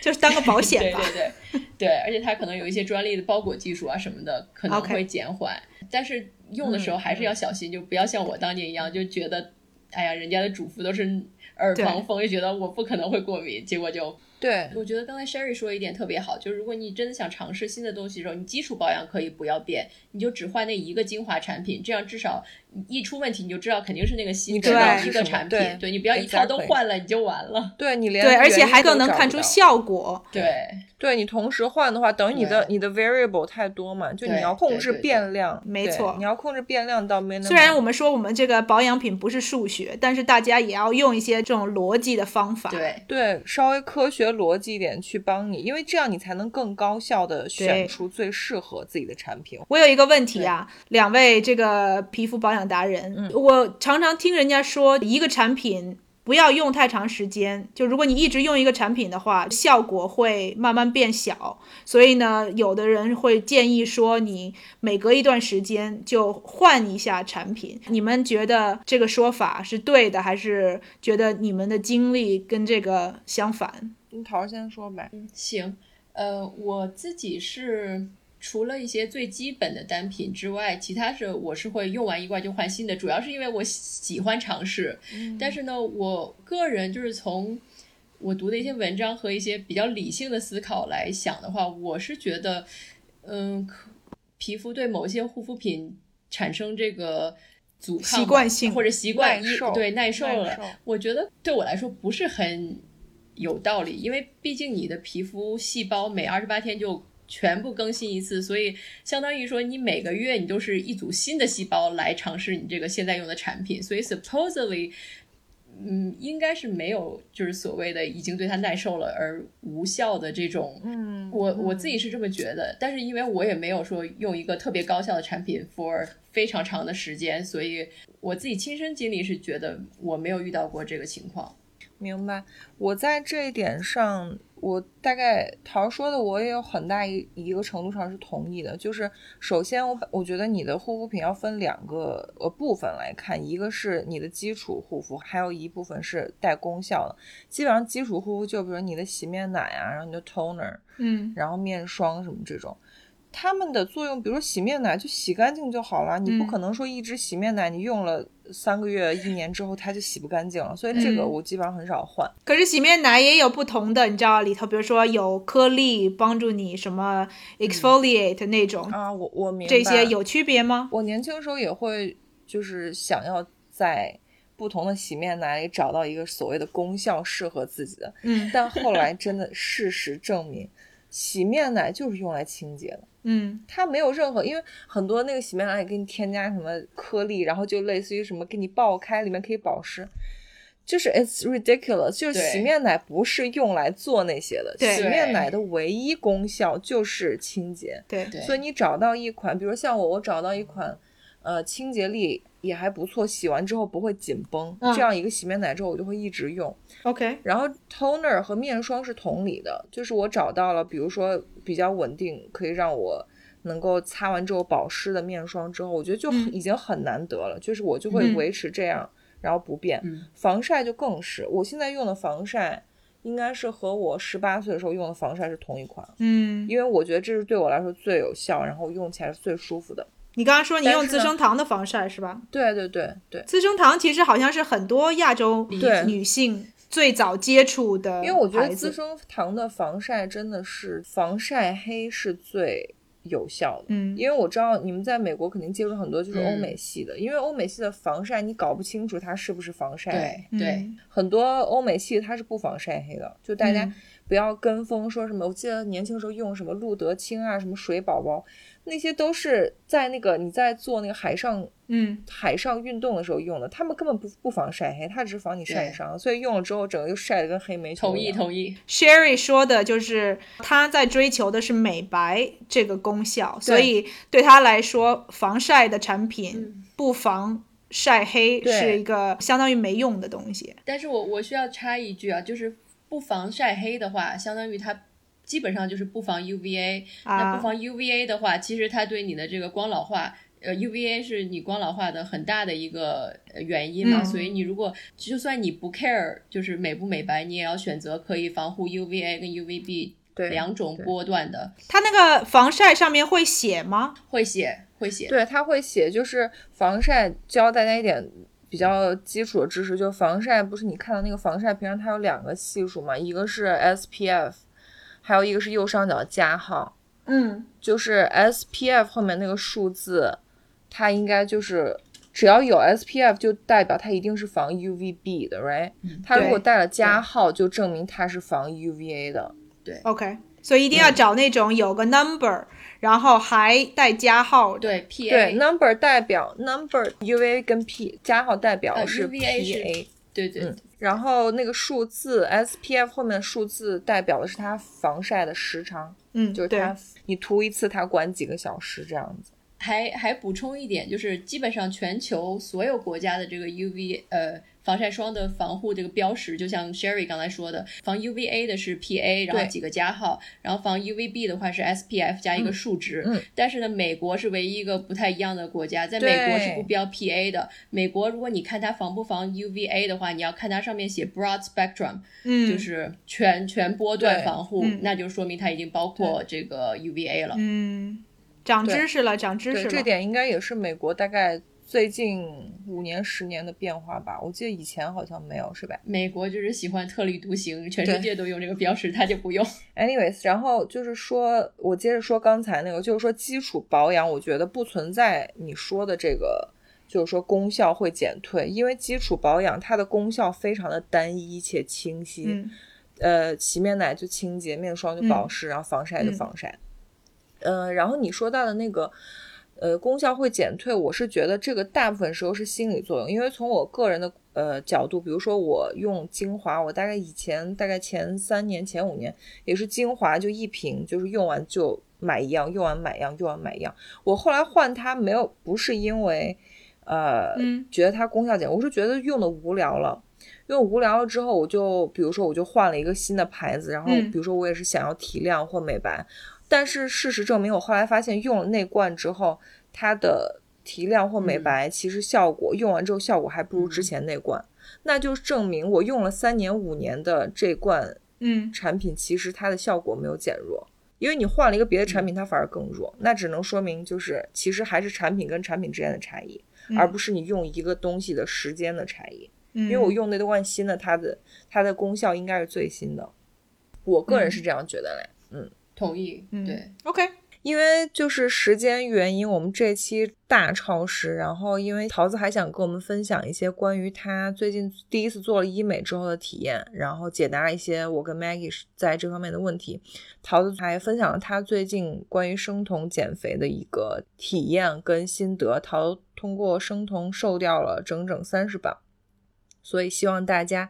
Speaker 4: 就是当个保
Speaker 1: 保护技术
Speaker 4: 险
Speaker 1: 什
Speaker 4: 吧
Speaker 1: 么的。对对对对，而且它可能有一些专利的包裹技术啊什么的，可能
Speaker 4: OK
Speaker 1: 会减缓。但是用的时候还是要小心，就不要像我当年一样，就觉得哎呀，人家的主妇都是耳
Speaker 4: 对
Speaker 1: 旁风，就觉得我不可能会过敏，结果就
Speaker 2: 对
Speaker 1: 我觉得刚才 Sherry 说一点特别好，就是如果你真的想尝试新的东西的时候，你基础保养可以不要变，你就只换那一个精华产品，这样至少一出问题你就知道肯定是那个新
Speaker 2: 你
Speaker 1: 的
Speaker 4: 知道
Speaker 1: 那
Speaker 4: 是
Speaker 1: 一个
Speaker 2: 什么
Speaker 1: 产品，对
Speaker 2: 对
Speaker 1: 你不要一套都
Speaker 2: exactly
Speaker 1: 换了你就完了。
Speaker 2: 对，你连
Speaker 4: 对，而且
Speaker 2: 原因
Speaker 4: 还
Speaker 2: 都
Speaker 4: 更能
Speaker 2: 找
Speaker 4: 看
Speaker 2: 不
Speaker 4: 出
Speaker 2: 到
Speaker 4: 效果。
Speaker 1: 对
Speaker 2: 对你同时换的话，等于你的
Speaker 1: 对
Speaker 2: 你的 variable 太多嘛，就
Speaker 1: 对
Speaker 2: 你要控制
Speaker 1: 对对对
Speaker 2: 变量，
Speaker 4: 没
Speaker 2: 对
Speaker 4: 错
Speaker 2: 你要控制变量到 minimum。
Speaker 4: 虽然我们说我们这个保养品不是数学，但是大家也要用一些这种逻辑的方法。
Speaker 1: 对
Speaker 2: 对稍微科学逻辑一点去帮你，因为这样你才能更高效的
Speaker 4: 对
Speaker 2: 选出最适合自己的产品。
Speaker 4: 我有一个问题啊，两位这个皮肤保养达人，我常常听人家说，一个产品不要用太长时间，就如果你一直用一个产品的话，效果会慢慢变小。所以呢，有的人会建议说，你每隔一段时间就换一下产品。你们觉得这个说法是对的，还是觉得你们的经历跟这个相反？
Speaker 2: 你桃儿先说呗，
Speaker 1: 行，呃，我自己是除了一些最基本的单品之外，其他是我是会用完一罐就换新的，主要是因为我喜喜欢尝试。
Speaker 2: 嗯
Speaker 1: 但是呢，我个人就是从我读的一些文章和一些比较理性的思考来想的话，我是觉得，嗯，可皮肤对某些护肤品产生这个阻抗吧
Speaker 4: 习惯性
Speaker 1: 或者习惯
Speaker 2: 耐
Speaker 1: 依
Speaker 2: 受
Speaker 1: 对耐受
Speaker 2: 耐
Speaker 1: 了
Speaker 2: 受，
Speaker 1: 我觉得对我来说不是很有道理，因为毕竟你的皮肤细胞每二十八天就全部更新一次，所以相当于说你每个月你都是一组新的细胞来尝试你这个现在用的产品，所以 supposedly。嗯，应该是没有，就是所谓的已经对它耐受了而无效的这种，嗯，我我自己是这么觉得，但是因为我也没有说用一个特别高效的产品 for 非常长的时间，所以我自己亲身经历是觉得我没有遇到过这个情况。
Speaker 2: 明白。我在这一点上，我大概桃儿说的，我也有很大一一个程度上是同意的。就是首先我，我觉得你的护肤品要分两个呃部分来看，一个是你的基础护肤，还有一部分是带功效的。基本上基础护肤就比如你的洗面奶啊，然后你的 toner，
Speaker 4: 嗯，
Speaker 2: 然后面霜什么这种。它们的作用，比如说洗面奶，就洗干净就好了。你不
Speaker 4: 嗯
Speaker 2: 可能说一支洗面奶你用了三个月、一年之后它就洗不干净了，所以这个
Speaker 4: 嗯
Speaker 2: 我基本上很少换。
Speaker 4: 可是洗面奶也有不同的，你知道里头，比如说有颗粒帮助你什么 exfoliate 那种，
Speaker 2: 啊，我我嗯明白
Speaker 4: 哦这些。有区别吗？
Speaker 2: 我年轻时候也会，就是想要在不同的洗面奶里找到一个所谓的功效适合自
Speaker 4: *laughs*
Speaker 2: 己的，
Speaker 4: 嗯
Speaker 2: 但后来真的事实证明，洗面奶就是用来清洁的。
Speaker 4: 嗯，
Speaker 2: 它没有任何，因为很多那个洗面奶也给你添加什么颗粒，然后就类似于什么给你爆开，里面可以保湿，就是 it's ridiculous，就是
Speaker 1: 对
Speaker 2: 洗面奶不是用来做那些的，
Speaker 4: 对
Speaker 2: 洗面奶的唯一功效就是清洁。
Speaker 4: 对，
Speaker 1: 对
Speaker 2: 所以你找到一款，比如像我，我找到一款呃，清洁力也还不错，洗完之后不会紧绷。
Speaker 4: 嗯
Speaker 2: 这样一个洗面奶之后，我就会一直用。
Speaker 4: OK，
Speaker 2: 然后 toner 和面霜是同理的，就是我找到了，比如说比较稳定，可以让我能够擦完之后保湿的面霜之后，我觉得就
Speaker 4: 嗯
Speaker 2: 已经很难得了，就是我就会
Speaker 4: 嗯
Speaker 2: 维持这样，然后不变。
Speaker 1: 嗯
Speaker 2: 防晒就更是，我现在用的防晒应该是和我十八岁的时候用的防晒是同一款，
Speaker 4: 嗯，
Speaker 2: 因为我觉得这是对我来说最有效，然后用起来是最舒服的。
Speaker 4: 你刚刚说你
Speaker 2: 但
Speaker 4: 用
Speaker 2: 是
Speaker 4: 资
Speaker 2: 呢
Speaker 4: 生堂的防晒是吧？
Speaker 2: 对对对对，
Speaker 4: 资生堂其实好像是很多亚洲
Speaker 2: 对
Speaker 4: 女性最早接触的牌
Speaker 2: 因
Speaker 4: 子，
Speaker 2: 为我觉得资生堂的防晒真的是防晒黑是最有效的。
Speaker 4: 嗯
Speaker 2: 因为我知道你们在美国肯定接触很多就是欧美
Speaker 1: 嗯
Speaker 2: 系的，因为欧美系的防晒你搞不清楚它是不是防晒，
Speaker 1: 对对，
Speaker 4: 嗯
Speaker 2: 很多欧美系它是不防晒黑的，就大家
Speaker 4: 嗯
Speaker 2: 不要跟风说什么。我记得年轻时候用什么露得清啊，什么水宝宝，那些都是在那个你在做那个海上
Speaker 4: 嗯
Speaker 2: 海上运动的时候用的，他们根本不不防晒黑，它只是防你晒
Speaker 1: 对
Speaker 2: 伤，所以用了之后整个就晒得跟黑煤球
Speaker 1: 同
Speaker 2: 一
Speaker 1: 意
Speaker 2: 样。
Speaker 1: 同意，
Speaker 4: Sherry 说的就是她在追求的是美白这个功效，所以对她来说，防晒的产
Speaker 2: 嗯
Speaker 4: 品不防晒黑
Speaker 2: 对
Speaker 4: 是一个相当于没用的东西。
Speaker 1: 但是我我需要插一句啊，就是不防晒黑的话，相当于它基本上就是不防 UVA。那
Speaker 4: 啊
Speaker 1: 不防 UVA 的话，其实它对你的这个光老化，呃，UVA 是你光老化的很大的一个呃原因嘛。
Speaker 4: 嗯
Speaker 1: 所以你如果就算你不 care，就是美不美白，你也要选择可以防护 UVA 跟 UVB
Speaker 2: 对
Speaker 1: 两种
Speaker 2: 对
Speaker 1: 波段的。
Speaker 4: 它那个防晒上面会写吗？
Speaker 1: 会写会写，
Speaker 2: 对，他会写就是防晒，教大家一点比较基础的知识，就是防晒不是你看到那个防晒屏上它有两个系数嘛，一个是 SPF，还有一个是右上角加号，
Speaker 4: 嗯，
Speaker 2: 就是 SPF 后面那个数字，它应该就是。只要有 SPF，就代表它一定是防 UVB 的，right？、它如果
Speaker 4: 对
Speaker 2: 带了加号，就证明它是防 UVA 的。
Speaker 4: OK，所以一定要找那种有个 number，、然后还带加号的。
Speaker 1: 对 PA
Speaker 2: 嗯对，number 代表 number UVA 跟 P 加号代表
Speaker 1: 呃
Speaker 2: 是
Speaker 1: UVA 是
Speaker 2: PA，、
Speaker 1: 对对
Speaker 2: 嗯然后那个数字 SPF 后面的数字代表的是它防晒的时长，
Speaker 4: 嗯，
Speaker 2: 就是
Speaker 4: 对
Speaker 2: 它你涂一次它管几个小时这样子。
Speaker 1: 还还补充一点，就是基本上全球所有国家的这个 UV 呃防晒霜的防护这个标识，就像 Sherry 刚才说的，防 UVA 的是 PA，然后
Speaker 2: 对
Speaker 1: 几个加号，然后防 UVB 的话是 SPF 加一个数值。
Speaker 2: 嗯嗯
Speaker 1: 但是呢，美国是唯一一个不太一样的国家，在美国是
Speaker 2: 对
Speaker 1: 不标 PA 的。美国如果你看它防不防 UVA 的话，你要看它上面写 broad spectrum，
Speaker 4: 嗯，
Speaker 1: 就是全全波段
Speaker 2: 对
Speaker 1: 防护
Speaker 4: 嗯，
Speaker 1: 那就说明它已经包括这个 UVA 了。
Speaker 4: 嗯，长
Speaker 2: 对
Speaker 4: 知识了，长知识
Speaker 2: 对，
Speaker 4: 了。
Speaker 2: 这点应该也是美国大概最近五年十年的变化吧。我记得以前好像没有，是吧？
Speaker 1: 美国就是喜欢特立独行，全
Speaker 2: 对
Speaker 1: 世界都用这个标识，他就不用。
Speaker 2: Anyways，然后就是说，我接着说刚才那个，就是说基础保养，我觉得不存在你说的这个，就是说功效会减退，因为基础保养它的功效非常的单一且清晰。
Speaker 4: 嗯
Speaker 2: 呃，洗面奶就清洁，面霜就保湿，然后防晒就防晒。呃，然后你说到的那个，呃，功效会减退，我是觉得这个大部分时候是心理作用，因为从我个人的呃角度，比如说我用精华，我大概以前大概前三年前五年也是精华就一瓶，就是用完就买一样，用完买一样，用完买一样。我后来换它没有，不是因为呃、
Speaker 4: 嗯
Speaker 2: 觉得它功效减，我是觉得用的无聊了。用无聊了之后，我就比如说我就换了一个新的牌子，然后
Speaker 4: 嗯
Speaker 2: 比如说我也是想要提亮或美白，但是事实证明，我后来发现用了那罐之后，它的提亮或美白其实效果、用完之后效果还不如之前那罐，那就证明我用了三年五年的这罐
Speaker 4: 嗯
Speaker 2: 产品，其实它的效果没有减弱。因为你换了一个别的产品，它反而更弱，那只能说明就是其实还是产品跟产品之间的差异，
Speaker 4: 嗯
Speaker 2: 而不是你用一个东西的时间的差异。
Speaker 4: 嗯，
Speaker 2: 因为我用那罐新的，它的它的功效应该是最新的，我个人是这样觉得嘞。
Speaker 1: 同意，
Speaker 4: 嗯
Speaker 1: 对，
Speaker 4: OK，
Speaker 2: 因为就是时间原因，我们这期大超时。然后，因为桃子还想跟我们分享一些关于她最近第一次做了医美之后的体验，然后解答了一些我跟 Maggie 在这方面的问题。桃子还分享了她最近关于生酮减肥的一个体验跟心得。桃通过生酮瘦掉了整整三十磅，所以希望大家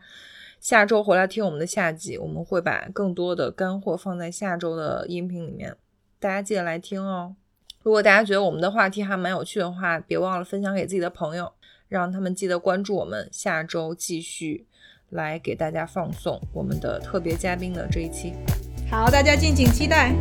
Speaker 2: 下周回来听我们的下集，我们会把更多的干货放在下周的音频里面。大家记得来听哦。如果大家觉得我们的话题还蛮有趣的话，别忘了分享给自己的朋友，让他们记得关注我们。下周继续来给大家放送我们的特别嘉宾的这一期。
Speaker 4: 好，大家敬请期待。